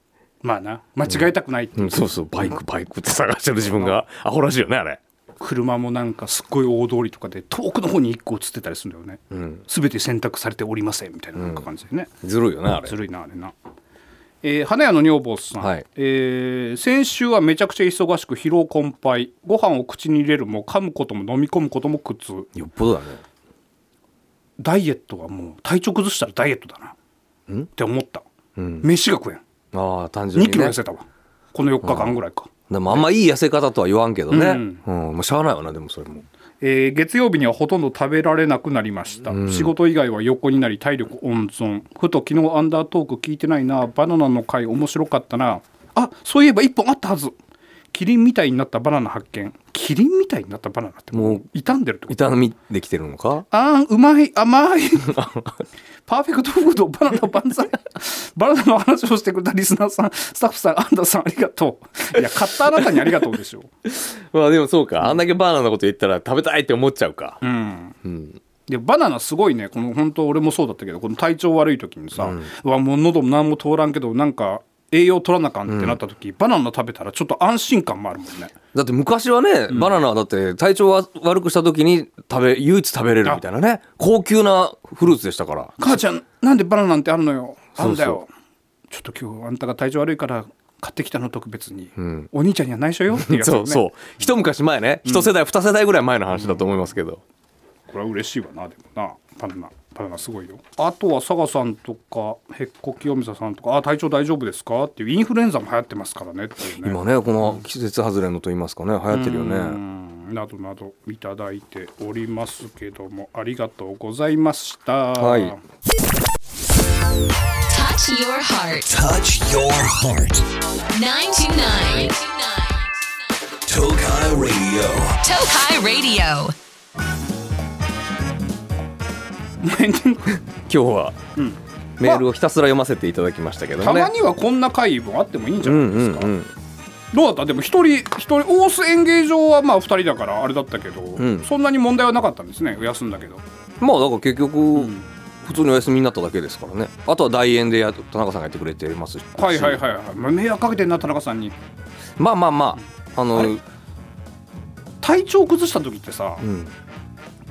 Speaker 3: まあな間違えたくないっていう
Speaker 4: うん、そうそうバイクバイクって 探してる自分がアホらしいよねあれ
Speaker 3: 車もなんかすっごい大通りとかで遠くの方に1個映ってたりするんだよね、全て選択されておりませんみたいななんか感じでね、
Speaker 4: ずるいよねあれ
Speaker 3: ずるいなあれな、えー花屋の女房さん、
Speaker 4: はい
Speaker 3: えー先週はめちゃくちゃ忙しく疲労困憊ご飯を口に入れるも噛むことも飲み込むことも苦痛
Speaker 4: よっぽどだね
Speaker 3: ダイエットはもう体調崩したらダイエットだなって思った、飯が食えん
Speaker 4: ああ単純に、
Speaker 3: 2
Speaker 4: ね、
Speaker 3: キロ痩せたわこの4日間ぐらいか、
Speaker 4: でもあんまいい痩せ方とは言わんけどね、
Speaker 3: う
Speaker 4: うんんもうしゃあないわなでもそれも
Speaker 3: えー月曜日にはほとんど食べられなくなりました、仕事以外は横になり体力温存ふと昨日アンダートーク聞いてないなバナナの回面白かったなあそういえば1本あったはずキリンみたいになったバナナ発見キリンみたいになったバナナっても
Speaker 4: も
Speaker 3: う
Speaker 4: う
Speaker 3: 傷んでるってこと
Speaker 4: 痛みできてるのか
Speaker 3: あーうまい甘いパーフェクトフードバナナ万歳バナナの話をしてくれたリスナーさんスタッフさんアンダさんありがとういや買ったあなたにありがとうでしょ
Speaker 4: まあでもそうか、あんだけバーナーのこと言ったら食べたいって思っちゃうか、
Speaker 3: でバナナすごいねこの本当俺もそうだったけどこの体調悪い時にさ、うわもう喉も何も通らんけどなんか栄養取らなあかんってなった時、バナナ食べたらちょっと安心感もあるもんね
Speaker 4: だって昔はね、バナナはだって体調は悪くした時に食べ唯一食べれるみたいなね高級なフルーツでしたから
Speaker 3: 母ちゃんなんでバナナなんてあるのよあんだよ
Speaker 4: そ
Speaker 3: ちょっと今日あんたが体調悪いから買ってきたの特別に、お兄ちゃんには内緒よっていうやつ、ね、
Speaker 4: そうそう一昔前ね一世代二世代ぐらい前の話だと思いますけど、
Speaker 3: これは嬉しいわなでもなバナナバナナすごいよあとは佐賀さんとかへっこ清美沙さんとか「あ体調大丈夫ですか?」っていうインフルエンザも流行ってますからねっていうね
Speaker 4: 今ねこの季節外れのと言いますかね流行ってるよね
Speaker 3: うんなどなどいただいておりますけどもありがとうございました、
Speaker 4: はい、
Speaker 2: Touch your heart.
Speaker 1: Touch your heart.
Speaker 2: 929.
Speaker 1: Tokai Radio.
Speaker 2: Tokai Radio.
Speaker 3: エンディング
Speaker 4: 今日は、メールをひたすら読ませていただきましたけど
Speaker 3: た
Speaker 4: ね
Speaker 3: ま。にはこんな会もあってもいいんじゃ
Speaker 4: う
Speaker 3: ない
Speaker 4: んうんうん、
Speaker 3: どうだったでも一人一人オース演芸場はまあ二人だからあれだったけど、
Speaker 4: ん
Speaker 3: そんなに問題はなかったんですね休んだけど
Speaker 4: まあだから結局、普通にお休みになっただけですからねあとは大演でや田中さんがやってくれてますし
Speaker 3: はいはいはいはいまあ迷惑かけてんな田中さんに
Speaker 4: まあまあまああの
Speaker 3: あれ体調崩した時ってさ、
Speaker 4: ん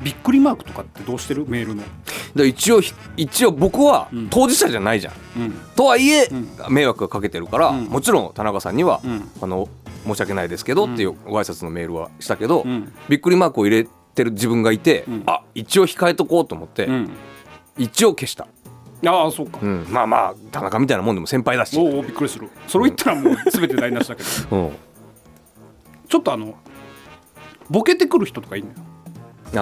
Speaker 3: びっくりマークとかってどうしてるメールの、
Speaker 4: で一応ひ一応僕は
Speaker 3: ん
Speaker 4: 当事者じゃないじゃん、
Speaker 3: うん、
Speaker 4: とはいえ、
Speaker 3: ん
Speaker 4: 迷惑がかけてるから、
Speaker 3: うん
Speaker 4: もちろん田中さんには、
Speaker 3: うん
Speaker 4: あの申し訳ないですけどっていうご挨拶のメールはしたけど、
Speaker 3: うん
Speaker 4: びっくりマークを入れてる自分がいて、
Speaker 3: ん
Speaker 4: あ一応控えとこうと思って、
Speaker 3: うん、
Speaker 4: 一応消した、
Speaker 3: ああそうか、
Speaker 4: うんまあまあ田中みたいなもんでも先輩だし、
Speaker 3: おおびっくりするそれ言ったらもう全て台無しだけど
Speaker 4: うん
Speaker 3: ちょっとあのボケてくる人とかいいのよ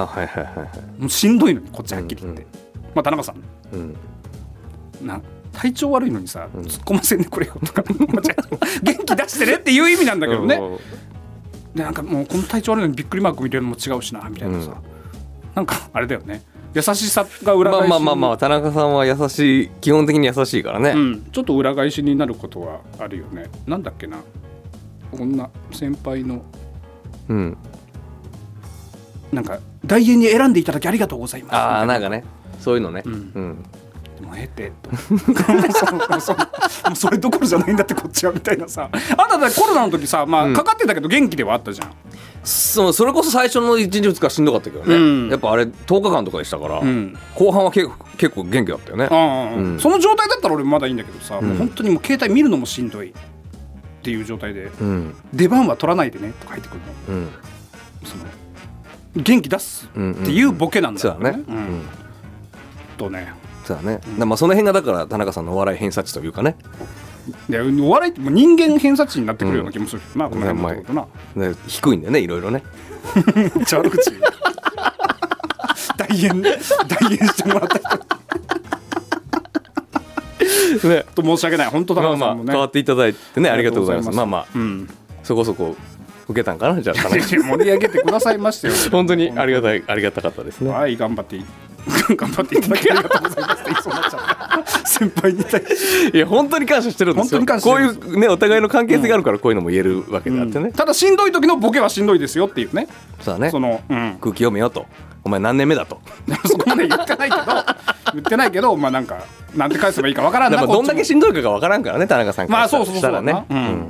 Speaker 4: あはいはいはいはい
Speaker 3: もうしんどいのにこっちはっきり言って、まあ田中さん、な体調悪いのにさ、突っ込ませんでくれよ とかもうちょっと元気出してねっていう意味なんだけどね、
Speaker 4: うん
Speaker 3: でなんかもうこの体調悪いのにびっくりマーク見れるのも違うしなみたいなさ、なんかあれだよね優しさが裏
Speaker 4: まあ
Speaker 3: 返しに
Speaker 4: まあまあまあ田中さんは優しい基本的に優しいからね、
Speaker 3: うん、ちょっと裏返しになることはあるよねなんだっけなこんな先輩の
Speaker 4: うん
Speaker 3: なんか大演に選んでいただきありがとうございます
Speaker 4: ああ
Speaker 3: みた
Speaker 4: ないんかねそういうのね、うんん
Speaker 3: もうええってと そうそうもうそれどころじゃないんだってこっちはみたいなさあなたコロナの時さまあかかってたけど元気ではあったじゃん、
Speaker 4: そうそれこそ最初の1日2日しんどかったけどね、
Speaker 3: うん
Speaker 4: やっぱあれ10日間とかでしたから、
Speaker 3: ん
Speaker 4: 後半は結構結構元気だったよね
Speaker 3: うんうんうん
Speaker 4: うん
Speaker 3: その状態だったら俺まだいいんだけどさ、もう本当にもう携帯見るのもしんどいっていう状態で、
Speaker 4: うん
Speaker 3: 出番は取らないでねとか入ってくるの
Speaker 4: うん
Speaker 3: その元気出すっていうボケなんだ
Speaker 4: そう
Speaker 3: よ
Speaker 4: だ
Speaker 3: ね,、
Speaker 4: ね、
Speaker 3: うんとね
Speaker 4: そうだね、だからまあその辺がだから田中さんのお笑い偏差値というかね
Speaker 3: でお笑いってもう人間偏差値になってくるような気もするけどな、この辺のとことな
Speaker 4: ね低いんだよねいろいろね
Speaker 3: めっ ちゃ悪口大演大演してもらった人
Speaker 4: ね
Speaker 3: と申し訳ない本当だ
Speaker 4: まあ
Speaker 3: か
Speaker 4: ま
Speaker 3: さ
Speaker 4: あ
Speaker 3: んもね、
Speaker 4: 変わっていただいてねありがとうございますまあまあ、
Speaker 3: うん、
Speaker 4: そこそこ受けたんかなじゃあ田中さん
Speaker 3: 盛り上げてくださいましたよ
Speaker 4: 本当にありがたいありがたかったですね
Speaker 3: はい頑張ってい 頑張っていただきありがとうございますって言いそうになっちゃった先輩に対して
Speaker 4: いや本当に感謝してるんですよ
Speaker 3: 本当に感謝してるんです
Speaker 4: こういうねお互いの関係性があるからこういうのも言えるわけであってね、
Speaker 3: ただしんどい時のボケはしんどいですよっていうね
Speaker 4: そうだね
Speaker 3: その、うん、
Speaker 4: 空気読めよとお前何年目だと
Speaker 3: そこまで言って ないけど言ってないけどまあなんかなんて返せばいいかわからん
Speaker 4: で
Speaker 3: な
Speaker 4: もどんだけ
Speaker 3: こっち
Speaker 4: しんどいかがわからんからね田中さん
Speaker 3: も
Speaker 4: か
Speaker 3: まあ
Speaker 4: ら
Speaker 3: そうそうそ
Speaker 4: し
Speaker 3: う
Speaker 4: た
Speaker 3: だ
Speaker 4: らね
Speaker 3: な、うん、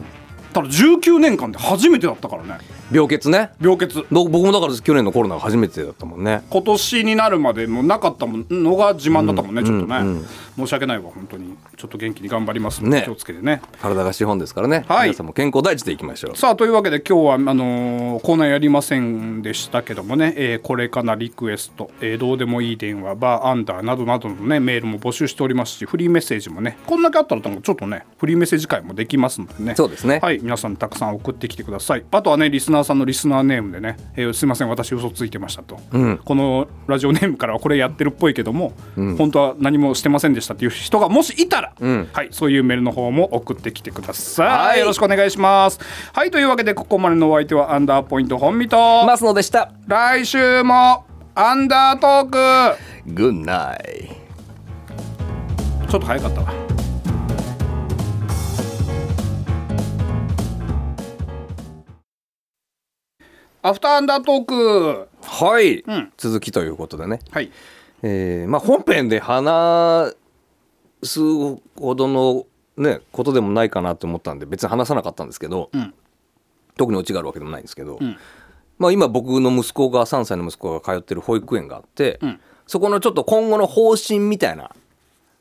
Speaker 3: ただ19年間で初めてだったからね
Speaker 4: 病欠ね
Speaker 3: 病欠
Speaker 4: ど僕もだから去年のコロナが初めてだったもんね
Speaker 3: 今年になるまでもなかったものが自慢だったもんね、ちょっとね、
Speaker 4: うん
Speaker 3: 申し訳ないわ本当にちょっと元気に頑張りますね
Speaker 4: ね
Speaker 3: 気をつけてね
Speaker 4: 体が資本ですからね、
Speaker 3: はい
Speaker 4: 皆さんも健康第一でいきましょう
Speaker 3: さあというわけで今日はあのーコーナーやりませんでしたけどもね、えーこれかなリクエスト、えーどうでもいい電話バーアンダーなどなどのねメールも募集しておりますしフリーメッセージもねこんだけあったら多分ちょっとねフリーメッセージ会もできますのでね
Speaker 4: そうですね
Speaker 3: はい皆さんたくさん送ってきてくださいあとはねリスナーさんのリスナーネームでね、えーすいません私嘘ついてましたと、このラジオネームからはこれやってるっぽいけども、本当は何もしてませんでしたっていう人がもしいたら、はいそういうメールの方も送ってきてください
Speaker 4: はい
Speaker 3: よろしくお願いしますはいというわけでここまでのお相手はアンダーポイント本見と、
Speaker 4: ますのでした
Speaker 3: 来週もアンダートーク
Speaker 4: グッナイ
Speaker 3: ちょっと早かったわアフターアンダートーク
Speaker 4: はい、
Speaker 3: ん
Speaker 4: 続きということでね
Speaker 3: はい
Speaker 4: えーまあ、本編で話すほどの、ね、ことでもないかなと思ったんで別に話さなかったんですけど、
Speaker 3: ん
Speaker 4: 特にオチがあるわけでもないんですけど、
Speaker 3: ん
Speaker 4: まあ、今僕の息子が3歳の息子が通ってる保育園があって、
Speaker 3: ん
Speaker 4: そこのちょっと今後の方針みたいな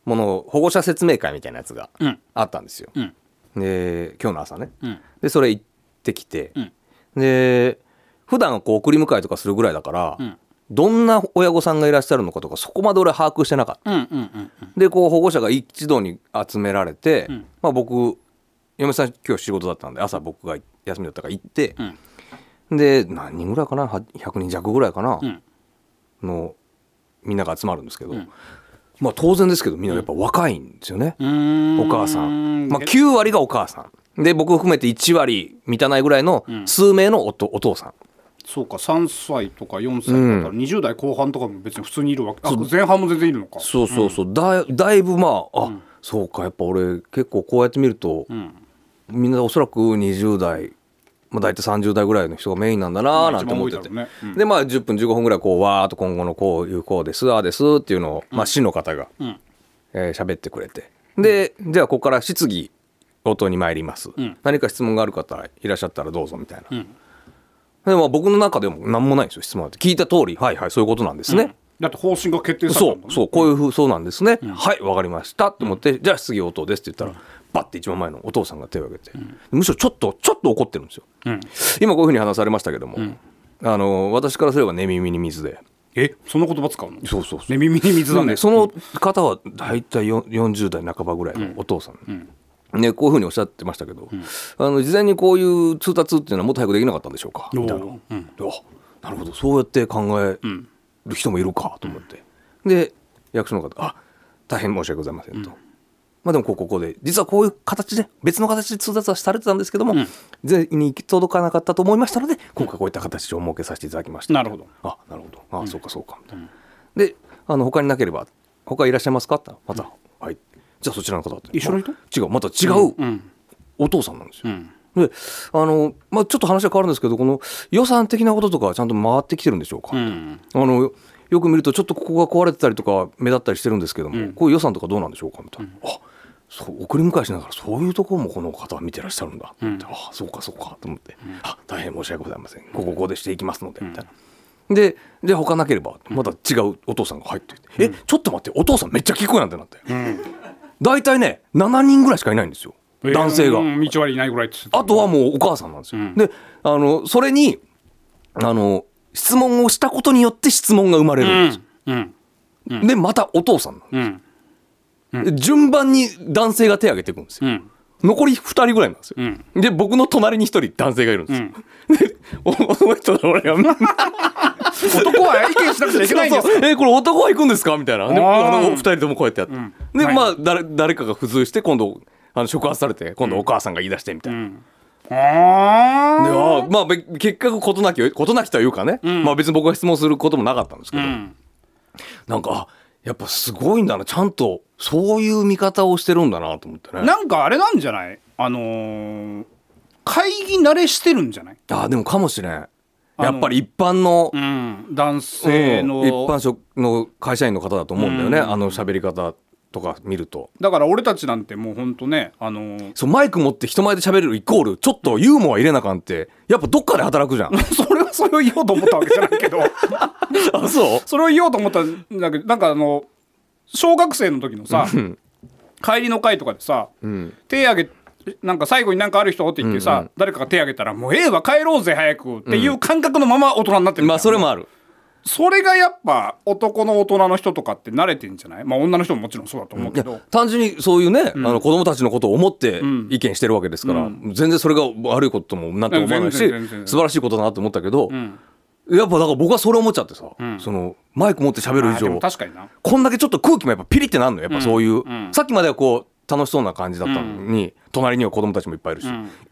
Speaker 4: ものを保護者説明会みたいなやつが
Speaker 3: うん
Speaker 4: あったんですよ。
Speaker 3: うん
Speaker 4: で今日の朝ね、
Speaker 3: うん
Speaker 4: でそれ行ってきて、
Speaker 3: うん
Speaker 4: で普段こう送り迎えとかするぐらいだから、
Speaker 3: ん
Speaker 4: どんな親御さんがいらっしゃるのかとかそこまで俺把握してなかった、
Speaker 3: うんうんうん
Speaker 4: でこう保護者が一度に集められて、
Speaker 3: ん
Speaker 4: まあ、僕嫁さん今日仕事だったんで朝僕が休みだったから行って、で何人ぐらいかなは100人弱ぐらいかな、
Speaker 3: ん
Speaker 4: のみんなが集まるんですけど、まあ当然ですけどみんなやっぱ若いんですよね。
Speaker 3: うん
Speaker 4: お母さん、まあ、9割がお母さんで僕含めて1割満たないぐらいの数名のおとお父さん
Speaker 3: そうか3歳とか4歳とか、20代後半とかも別に普通にいるわけあ前半も全然いるのか
Speaker 4: そうそうそう、だいだいぶまああ、そうかやっぱ俺結構こうやって見ると、みんなおそらく20代、まあ、大体30代ぐらいの人がメインなんだなーなんて思ってて、
Speaker 3: 一番多いだろうねうん
Speaker 4: でまあ10分15分ぐらいこうわーっと今後のこういうこうですああですっていうのを、まあ、市の方が喋、
Speaker 3: ん
Speaker 4: えー喋ってくれてで、じゃあここから質疑応答に参ります、
Speaker 3: ん
Speaker 4: 何か質問がある方いらっしゃったらどうぞみたいな、でまあ僕の中でも何もないんですよ質問なんて聞いた通りはいはいそういうことなんですね、
Speaker 3: だって方針が決定され
Speaker 4: そ
Speaker 3: た
Speaker 4: う
Speaker 3: だ
Speaker 4: ん
Speaker 3: もんね
Speaker 4: そうこういうふうそうなんですね、はいわかりましたと思って、じゃあ質疑応答ですって言ったら、バッて一番前のお父さんが手を挙げて、むしろちょっとちょっと怒ってるんですよ、
Speaker 3: うん
Speaker 4: 今こういうふうに話されましたけども、あの私からすれば寝耳に水で
Speaker 3: えその言葉使うの
Speaker 4: そうそうそう
Speaker 3: ね耳に水だ
Speaker 4: なん
Speaker 3: ね
Speaker 4: でその方は大体よ40代半ばぐらいのお父さん、ね、こういうふうにおっしゃってましたけど、あの事前にこういう通達っていうのはもっと早くできなかったんでしょうか
Speaker 3: おー
Speaker 4: みたいな、で
Speaker 3: うん
Speaker 4: あなるほどそうやって考える人もいるかと思って、で役所の方「あ大変申し訳ございません」と。まあでもこうここで実はこういう形で別の形で通達はされてたんですけども、全員に行き届かなかったと思いましたので今回こういった形を設けさせていただきました
Speaker 3: なるほど
Speaker 4: あなるほどあ、そうかそうかみたいな、であの他になければ他いらっしゃいますかってまた、はいじゃあそちらの方だって
Speaker 3: 一緒の人
Speaker 4: ま違うまた違う、
Speaker 3: ん
Speaker 4: お父さんなんですよ、
Speaker 3: うん
Speaker 4: であの、まあ、ちょっと話は変わるんですけどこの予算的なこととかちゃんと回ってきてるんでしょうか、
Speaker 3: うん
Speaker 4: あのよく見るとちょっとここが壊れてたりとか目立ったりしてるんですけども、こういう予算とかどうなんでしょうかみたいな、あそう送り迎えしながらそういうところもこの方は見てらっしゃるんだ、ってあそうかそうかと思って、あ大変申し訳ございませんこここうでしていきますので、みたいな。でじゃあ他なければまだ違うお父さんが入ってきて、えちょっと待ってお父さんめっちゃ聞こえなんてなって、大体ね7人ぐらいしかいないんですよ男性が、
Speaker 3: うん道割りいないぐらいって言ってた
Speaker 4: あとはもうお母さんなんですよ。であのそれにあの質問をしたことによって質問が生まれるんですよ
Speaker 3: うんうん
Speaker 4: でまたお父さんな
Speaker 3: うんん
Speaker 4: です順番に男性が手を挙げていくんですよ、
Speaker 3: ん
Speaker 4: 残り2人ぐらいなんですよ、
Speaker 3: ん
Speaker 4: で僕の隣に1人男性がいるんですよ、でおその人だ俺が
Speaker 3: 男は意見しなくちゃいけ ないんです
Speaker 4: そうそうえこれ男は行くんですかみたいなで
Speaker 3: あー
Speaker 4: あの2人ともこうやってやって、で、
Speaker 3: はい
Speaker 4: まあ誰誰かが付随して今度あの触発されて今度お母さんが言い出してみたいな、
Speaker 3: あ
Speaker 4: であーまあべ結局事なき事なきというかね、まあ別に僕が質問することもなかったんですけど、なんかあやっぱすごいんだなちゃんとそういう見方をしてるんだなと思って
Speaker 3: ー
Speaker 4: ね
Speaker 3: なんかあれなんじゃないあのー会議慣れしてるんじゃない
Speaker 4: あーでもかもしれんやっぱり一般の、
Speaker 3: うん男
Speaker 4: うん
Speaker 3: 性の、
Speaker 4: 一般職の会社員の方だと思うんだよね、あの喋り方とか見ると
Speaker 3: だから俺たちなんてもうほんとねあのー
Speaker 4: そうマイク持って人前で喋れるイコールちょっとユーモア入れなあかんってやっぱどっかで働くじゃん
Speaker 3: それはそれを言おうと思ったわけじゃないけど
Speaker 4: あ そう
Speaker 3: それを言おうと思ったんだけどなんかあの小学生の時のさ帰りの会とかでさ、手挙げなんか最後になんかある人って言ってさ、誰かが手挙げたら「もうええわ帰ろうぜ早く」っていう感覚のまま大人になってる
Speaker 4: まあそれもある
Speaker 3: それがやっぱ男の大人の人とかって慣れてんじゃないまあ女の人ももちろんそうだと思う
Speaker 4: い
Speaker 3: けど、
Speaker 4: や単純にそういうね、あの子供たちのことを思って意見してるわけですから、全然それが悪いことともなんとも思わないし
Speaker 3: 全然全然全然
Speaker 4: 素晴らしいことだなと思ったけど、やっぱだから僕はそれ思っちゃってさ、そのマイク持って喋る以
Speaker 3: あでも
Speaker 4: 上
Speaker 3: 確かにな
Speaker 4: こんだけちょっと空気もやっぱピリってなんのよやっぱそういう、さっきまではこう楽しそうな感じだったのに、隣には子供たちもいっぱいいるし、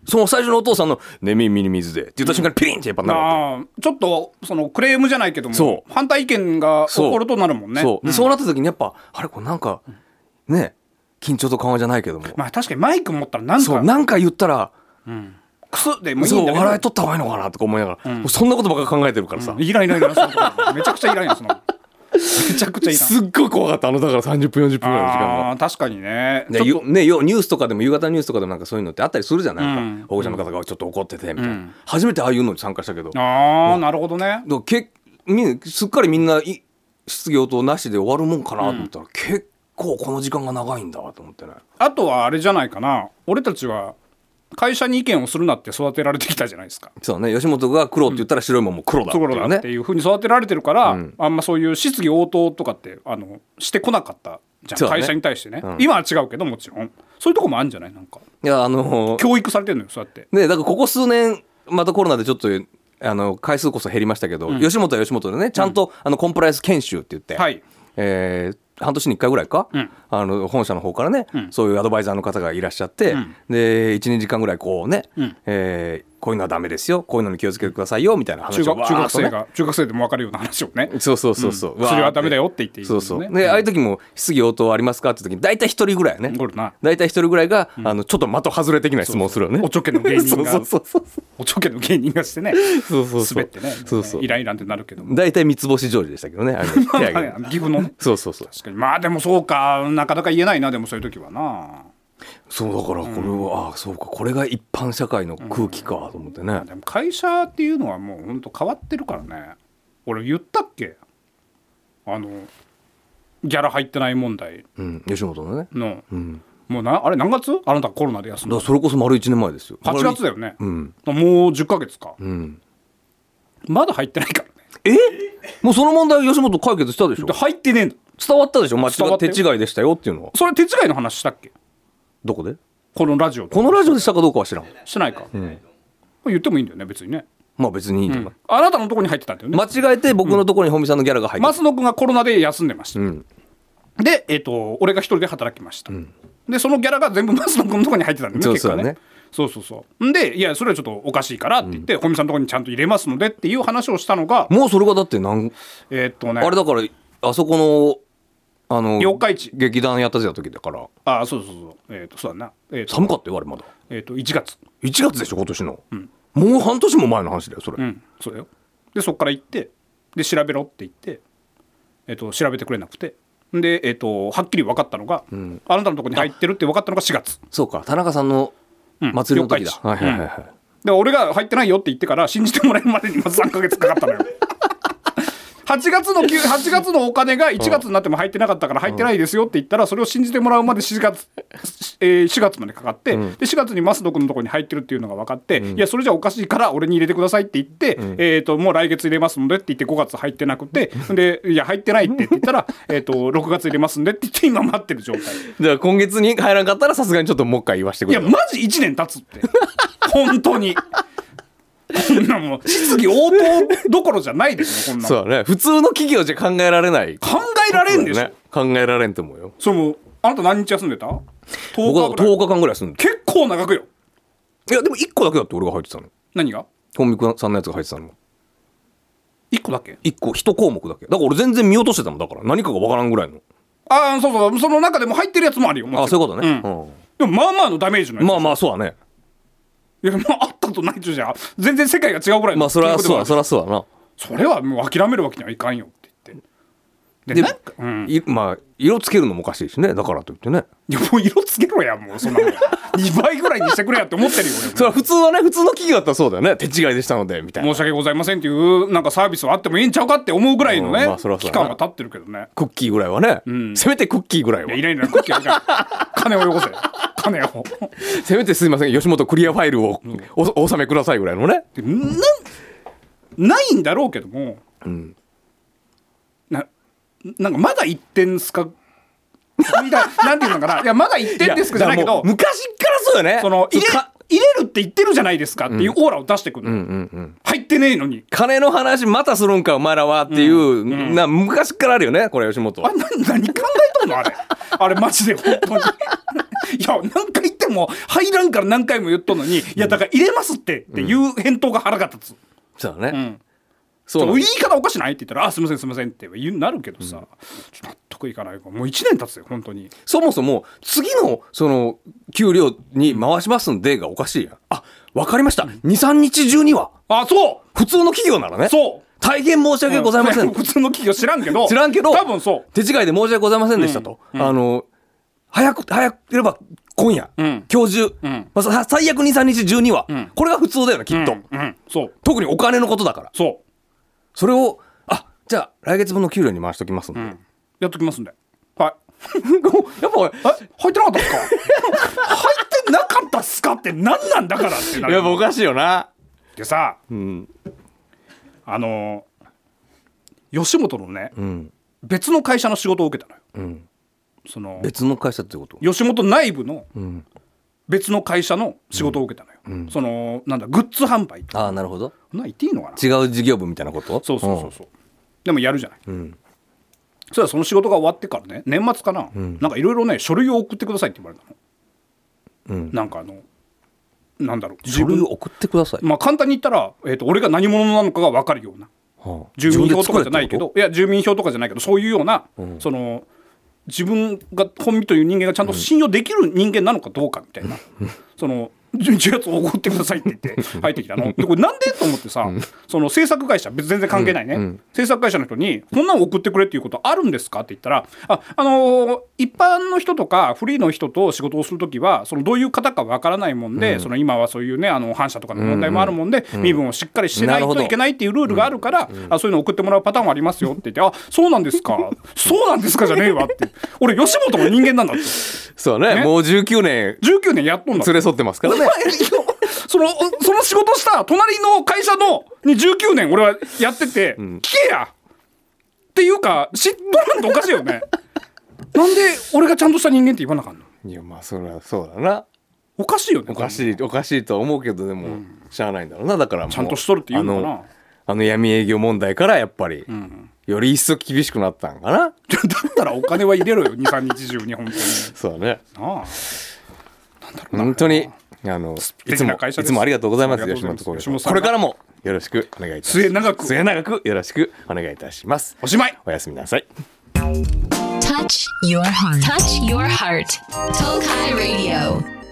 Speaker 4: その最初のお父さんの「ねみみに水で」って言った瞬間にピリンってやっぱなるわけ。
Speaker 3: あーちょっとそのクレームじゃないけど
Speaker 4: そ
Speaker 3: も
Speaker 4: う
Speaker 3: 反対意見が起こるとなるもんね
Speaker 4: そうでそうなった時にやっぱあれこれなんかね緊張と緩和じゃないけども、
Speaker 3: まあ確かにマイク持ったらなん
Speaker 4: そう
Speaker 3: か
Speaker 4: なんか言ったら
Speaker 3: クスでもいい
Speaker 4: そ
Speaker 3: ん
Speaker 4: う
Speaker 3: だけ
Speaker 4: 笑い
Speaker 3: ど
Speaker 4: 取った方がいいのかなとか思いながら、もうそんなことばっか考えてるからさ、
Speaker 3: いらんいらんいらんそのことめちゃくちゃいらんよそのめちゃくちゃいらん
Speaker 4: すっごい怖かったあのだから30分40分ぐらいの時
Speaker 3: あ
Speaker 4: 間が。
Speaker 3: ー確かにね
Speaker 4: ね、
Speaker 3: ちょっ
Speaker 4: よねよニュースとかでも夕方ニュースとかでもなんかそういうのってあったりするじゃんない、
Speaker 3: うん
Speaker 4: か保護者の方がちょっと怒っててみたいな、初めてああいうのに参加したけど
Speaker 3: とああなるほどね
Speaker 4: だからけみすっかりみんない質疑応答なしで終わるもんかなと思ったら、結構この時間が長いんだと思ってね
Speaker 3: あとはあれじゃないかな俺たちは会社に意見をするなって育てられてきたじゃないですか
Speaker 4: そうね吉本が黒って言ったら白いもんも黒だってい
Speaker 3: ところ
Speaker 4: う
Speaker 3: だっ
Speaker 4: ね
Speaker 3: ていうふうに育てられてるから、あんまそういう質疑応答とかってあのしてこなかったじゃ
Speaker 4: そ
Speaker 3: ん、
Speaker 4: うだね
Speaker 3: 会社に対してね、今は違うけどもちろんそういうとこもあるんじゃないなんか
Speaker 4: いやあのー
Speaker 3: 教育されてるのよそうやって
Speaker 4: ねだからここ数年またコロナでちょっとあの回数こそ減りましたけど、吉本は吉本でねちゃんと、あのコンプライアンス研修って言って、
Speaker 3: はい
Speaker 4: えー半年に1回ぐらいか、あの本社の方からね、そういうアドバイザーの方がいらっしゃって、で12時間ぐらいこうね、えーこういうのはダメですよこういうのに気をつけてくださいよみたいな話
Speaker 3: 中
Speaker 4: を
Speaker 3: 学
Speaker 4: わーっ
Speaker 3: 中
Speaker 4: とね
Speaker 3: 学生が中学生でも分かるような話をね
Speaker 4: そうそうそうそう、
Speaker 3: うんそれはダメだよって言っていいんだ
Speaker 4: そ
Speaker 3: よ
Speaker 4: う
Speaker 3: ね
Speaker 4: そうで、
Speaker 3: うん
Speaker 4: ああいう時も質疑応答ありますかって時に大体一人ぐらいやね
Speaker 3: おるな
Speaker 4: 大体一人ぐらいが、あのちょっと的外れ的な質問をするよね
Speaker 3: おちょけの芸人が
Speaker 4: そうそうそうそう
Speaker 3: おちょけの芸人がしてね
Speaker 4: そうそうそう
Speaker 3: 滑ってね
Speaker 4: そうそう
Speaker 3: イライランってなるけども
Speaker 4: 大体三つ星上司でしたけど ねあれ手挙げる
Speaker 3: はい岐阜のね
Speaker 4: そうそうそう
Speaker 3: 確かにまあでもそうかなかなか言えないなでもそういう時はな
Speaker 4: そうだからこれは、ああそうかこれが一般社会の空気かと思ってね、
Speaker 3: でも会社っていうのはもうほんと変わってるからね俺言ったっけあのギャラ入ってない問題
Speaker 4: うん、吉本のね
Speaker 3: の、もうなあれ何月あなたコロナで休んだ
Speaker 4: だからそれこそ丸一年前ですよ
Speaker 3: 8月だよね、
Speaker 4: うん
Speaker 3: もう10ヶ月か、
Speaker 4: ん
Speaker 3: まだ入ってないからね
Speaker 4: えもうその問題吉本解決したでしょ
Speaker 3: で入ってねえんだ
Speaker 4: 伝わったでしょ間違
Speaker 3: 伝わった
Speaker 4: 手
Speaker 3: よ
Speaker 4: 違いでしたよっていうのは
Speaker 3: それ手違いの話したっけ
Speaker 4: どこで
Speaker 3: このラジオで
Speaker 4: このラジオでしたかどうかは知らん
Speaker 3: してないか、これ言ってもいいんだよね別にね、
Speaker 4: まあ別にいいとか、
Speaker 3: あなたのとこに入ってたんだよね、
Speaker 4: 間違えて僕のところに本見さんのギャラが入って
Speaker 3: 松野君がコロナで休んでました、
Speaker 4: ん
Speaker 3: で、えっと俺が一人で働きました、でそのギャラが全部 松野君のとこに入ってたんだよね
Speaker 4: そう
Speaker 3: 結果
Speaker 4: そうだ
Speaker 3: ね
Speaker 4: ね
Speaker 3: そうそうそうんでいやそれはちょっとおかしいからって言って、本見さんのとこにちゃんと入れますのでっていう話をしたのが、
Speaker 4: もうそれがだってなん
Speaker 3: えっとね
Speaker 4: あれだからあそこのあの
Speaker 3: 四日市
Speaker 4: 劇団やったぜの時だから
Speaker 3: あそうそうそうえっ、とそうだなえっ、と,、
Speaker 4: 寒かったよあれまだ
Speaker 3: えー、と1月
Speaker 4: 1月でしょ今年の、もう半年も前の話だよそれ、
Speaker 3: うんそうだよでそっから行ってで調べろって言って、えっと調べてくれなくてで、えっとはっきり分かったのが、あなたのとこに入ってるって分かったのが4月
Speaker 4: そうか田中さんの祭りの時だ、
Speaker 3: うん
Speaker 4: はいはいはいはい
Speaker 3: で俺が入ってないよって言ってから信じてもらえるまでにまず3か月かかったの よ8月の給8月のお金が1月になっても入ってなかったから入ってないですよって言ったらそれを信じてもらうまで4月,、えー4月までかかって、で4月にマスド君のところに入ってるっていうのが分かって、いやそれじゃおかしいから俺に入れてくださいって言って、えー、ともう来月入れますのでって言って5月入ってなく てでいや入ってないってって言ったらえーと6月入れますんでって言って今待ってる状態
Speaker 4: じゃあ今月に入らんかったらさすがにちょっともう一回言わせてく
Speaker 3: い
Speaker 4: れ
Speaker 3: や
Speaker 4: よ
Speaker 3: マジ1年経つって 本当にこんなもう質疑応答どころじゃないですよこんなもん
Speaker 4: そうだね普通の企業じゃ考えられない
Speaker 3: 考えられんでしょ、
Speaker 4: ね考えられんと思うよ
Speaker 3: それもうあなた何日休んでた10
Speaker 4: 僕は
Speaker 3: 日ぐらい
Speaker 4: 10日間ぐらい住んで
Speaker 3: 結構長くよ
Speaker 4: いやでも1個だけだって俺が入ってたの
Speaker 3: 何が
Speaker 4: 本見さんのやつが入ってたの
Speaker 3: 1個だけ
Speaker 4: 1個1項目だけだから俺全然見落としてたもんだから何かがわからんぐらいの
Speaker 3: ああそうそうその中でも入ってるやつもあるよもちろん
Speaker 4: あそういうことね、
Speaker 3: うん
Speaker 4: うん
Speaker 3: でもまあまあのダメージのやつ
Speaker 4: まあまあそうだね
Speaker 3: いやまああったとないとじゃ全然世界が違うぐらいの
Speaker 4: まあそれはそうだ
Speaker 3: そ
Speaker 4: それはそうだな
Speaker 3: それはもう諦めるわけにはいかんよって言ってで
Speaker 4: で
Speaker 3: なんか、うん、
Speaker 4: いまあ色つけるのもおかしいしねだからといってね
Speaker 3: いやもう色つけろやもうそんな もん2倍ぐらいにしてくれやって思ってるよ俺も
Speaker 4: それは普通はね普通の企業だったらそうだよね手違いでしたのでみたいな
Speaker 3: 申し訳ございませんっていうなんかサービスはあってもいいんちゃうかって思うぐらいのね、
Speaker 4: うんまあそらそ
Speaker 3: 期
Speaker 4: らな
Speaker 3: 間が経ってるけどね
Speaker 4: クッキーぐらいはね、せめてクッキーぐら
Speaker 3: い
Speaker 4: いは
Speaker 3: やいないいないクッキーあるから金をよこせ金を
Speaker 4: せめてすいません吉本クリアファイルをおお納めくださいぐらいのね
Speaker 3: でなんないんだろうけども、ななんかまだ1点すかみたいななんていうのかないやまだ1点ですかじゃないけ
Speaker 4: やだからも
Speaker 3: ど
Speaker 4: う昔からそうよね
Speaker 3: その入れ
Speaker 4: か
Speaker 3: 入れるって言ってるじゃないですかっていうオーラを出してくるの、入ってねえのに
Speaker 4: 金の話またするんかお前らはっていう、な昔からあるよねこれ吉本
Speaker 3: あれ何何考えとんのあれあれマジで本当に いや何回言っても入らんから何回も言っとんのにいやだから入れますってっていう返答が腹が立つ、
Speaker 4: そうだね、
Speaker 3: ん
Speaker 4: そうなんだ
Speaker 3: 言い方おかしないって言ったら「あすいませんすいません」って言うなるけどさ、ちょっと納得いかないからもう1年経つよ本当に
Speaker 4: そもそも次のその給料に回しますんでがおかしいやんあわかりました23日中には
Speaker 3: あそ
Speaker 4: 普通の企業ならね
Speaker 3: うそう
Speaker 4: 大変申し訳ございません
Speaker 3: 普通の企業知らんけど
Speaker 4: 知らんけど
Speaker 3: 多分そう
Speaker 4: 手違いで申し訳ございませんでしたと、あの早く早ければ今夜、
Speaker 3: ん
Speaker 4: 今日中、
Speaker 3: ん
Speaker 4: まあさ最悪23日中には、これが普通だよねきっと、
Speaker 3: うん、うん、そう
Speaker 4: 特にお金のことだから
Speaker 3: そう
Speaker 4: それをあじゃあ来月分の給料に回しときますんで、
Speaker 3: やっときますんではい
Speaker 4: やっぱ
Speaker 3: え入ってなかったっすか入ってなかったっすかって何なんだからってなる
Speaker 4: やっぱおか しいよな
Speaker 3: でさ、あの吉本のね、別の会社の仕事を受けたのよ、その
Speaker 4: 別の会社ってこと
Speaker 3: 吉本内部の別の会社の仕事を受けたのよ、そのなんだグッズ販売とか
Speaker 4: ああなるほど
Speaker 3: そんなん言っていいのかな
Speaker 4: 違う事業部みたいなこと
Speaker 3: そうそうそうそう、でもやるじゃない、そしたらその仕事が終わってからね年末かな、なんかいろいろね書類を送ってくださいって言われたの、なんかあのなんだろう自
Speaker 4: 書類
Speaker 3: 分
Speaker 4: を送ってください、
Speaker 3: まあ簡単に言ったら、えー、と俺が何者なのかが分かるような
Speaker 4: はあ
Speaker 3: 住民票とかじゃないけ
Speaker 4: 自分で作れってこ
Speaker 3: どいや住民票とかじゃないけどそういうような、その自分が本身という人間がちゃんと信用できる人間なのかどうかみた いな、その11月おごってくださいって言って入ってきたのでこれなんでと思ってさ、その制作会社別に全然関係ないね、制作会社の人に「こんなん送ってくれっていうことあるんですか?」って言ったら「ああのー一般の人とかフリーの人と仕事をするときはそのどういう方かわからないもんで、その今はそういうねあの反社とかの問題もあるもんで、身分をしっかりしてないといけないっていうルールがあるから、あそういうの送ってもらうパターンはありますよって言って「あそうなんです かそうなんですか」じゃねえわって俺吉本の人間なんだって
Speaker 4: とそうだね
Speaker 3: ね
Speaker 4: もう19年
Speaker 3: 19年やっとんだって
Speaker 4: 連れ添ってますからね
Speaker 3: そのその仕事した隣の会社のに19年俺はやってて、聞けやっていうか知っとらんとおかしいよ ねなんで俺がちゃんとした人間って言わなあかんの
Speaker 4: いやまあそれはそうだな
Speaker 3: おかしいよね
Speaker 4: おかしいおかしいとは思うけどでもしゃあないんだろうなだからもう
Speaker 3: ちゃんとしとるって言うのかな
Speaker 4: あのあの闇営業問題からやっぱり、より一層厳しくなったんかな
Speaker 3: だったらお金は入れろよ23日中に本当に
Speaker 4: そうだね
Speaker 3: なあ
Speaker 4: 本当にあのい
Speaker 3: 敵
Speaker 4: つも
Speaker 3: な会社
Speaker 4: い
Speaker 3: です
Speaker 4: つもありがとうございます
Speaker 3: ありがと
Speaker 4: 吉
Speaker 3: うござい
Speaker 4: 本
Speaker 3: ます吉本さん
Speaker 4: 興業これからもよろしくお願いいたします
Speaker 3: 末永く
Speaker 4: 末永くよろしくお願いいたします
Speaker 3: おしまい
Speaker 4: おやすみなさい
Speaker 2: Touch your heart. Touch your heart. Tokai Radio.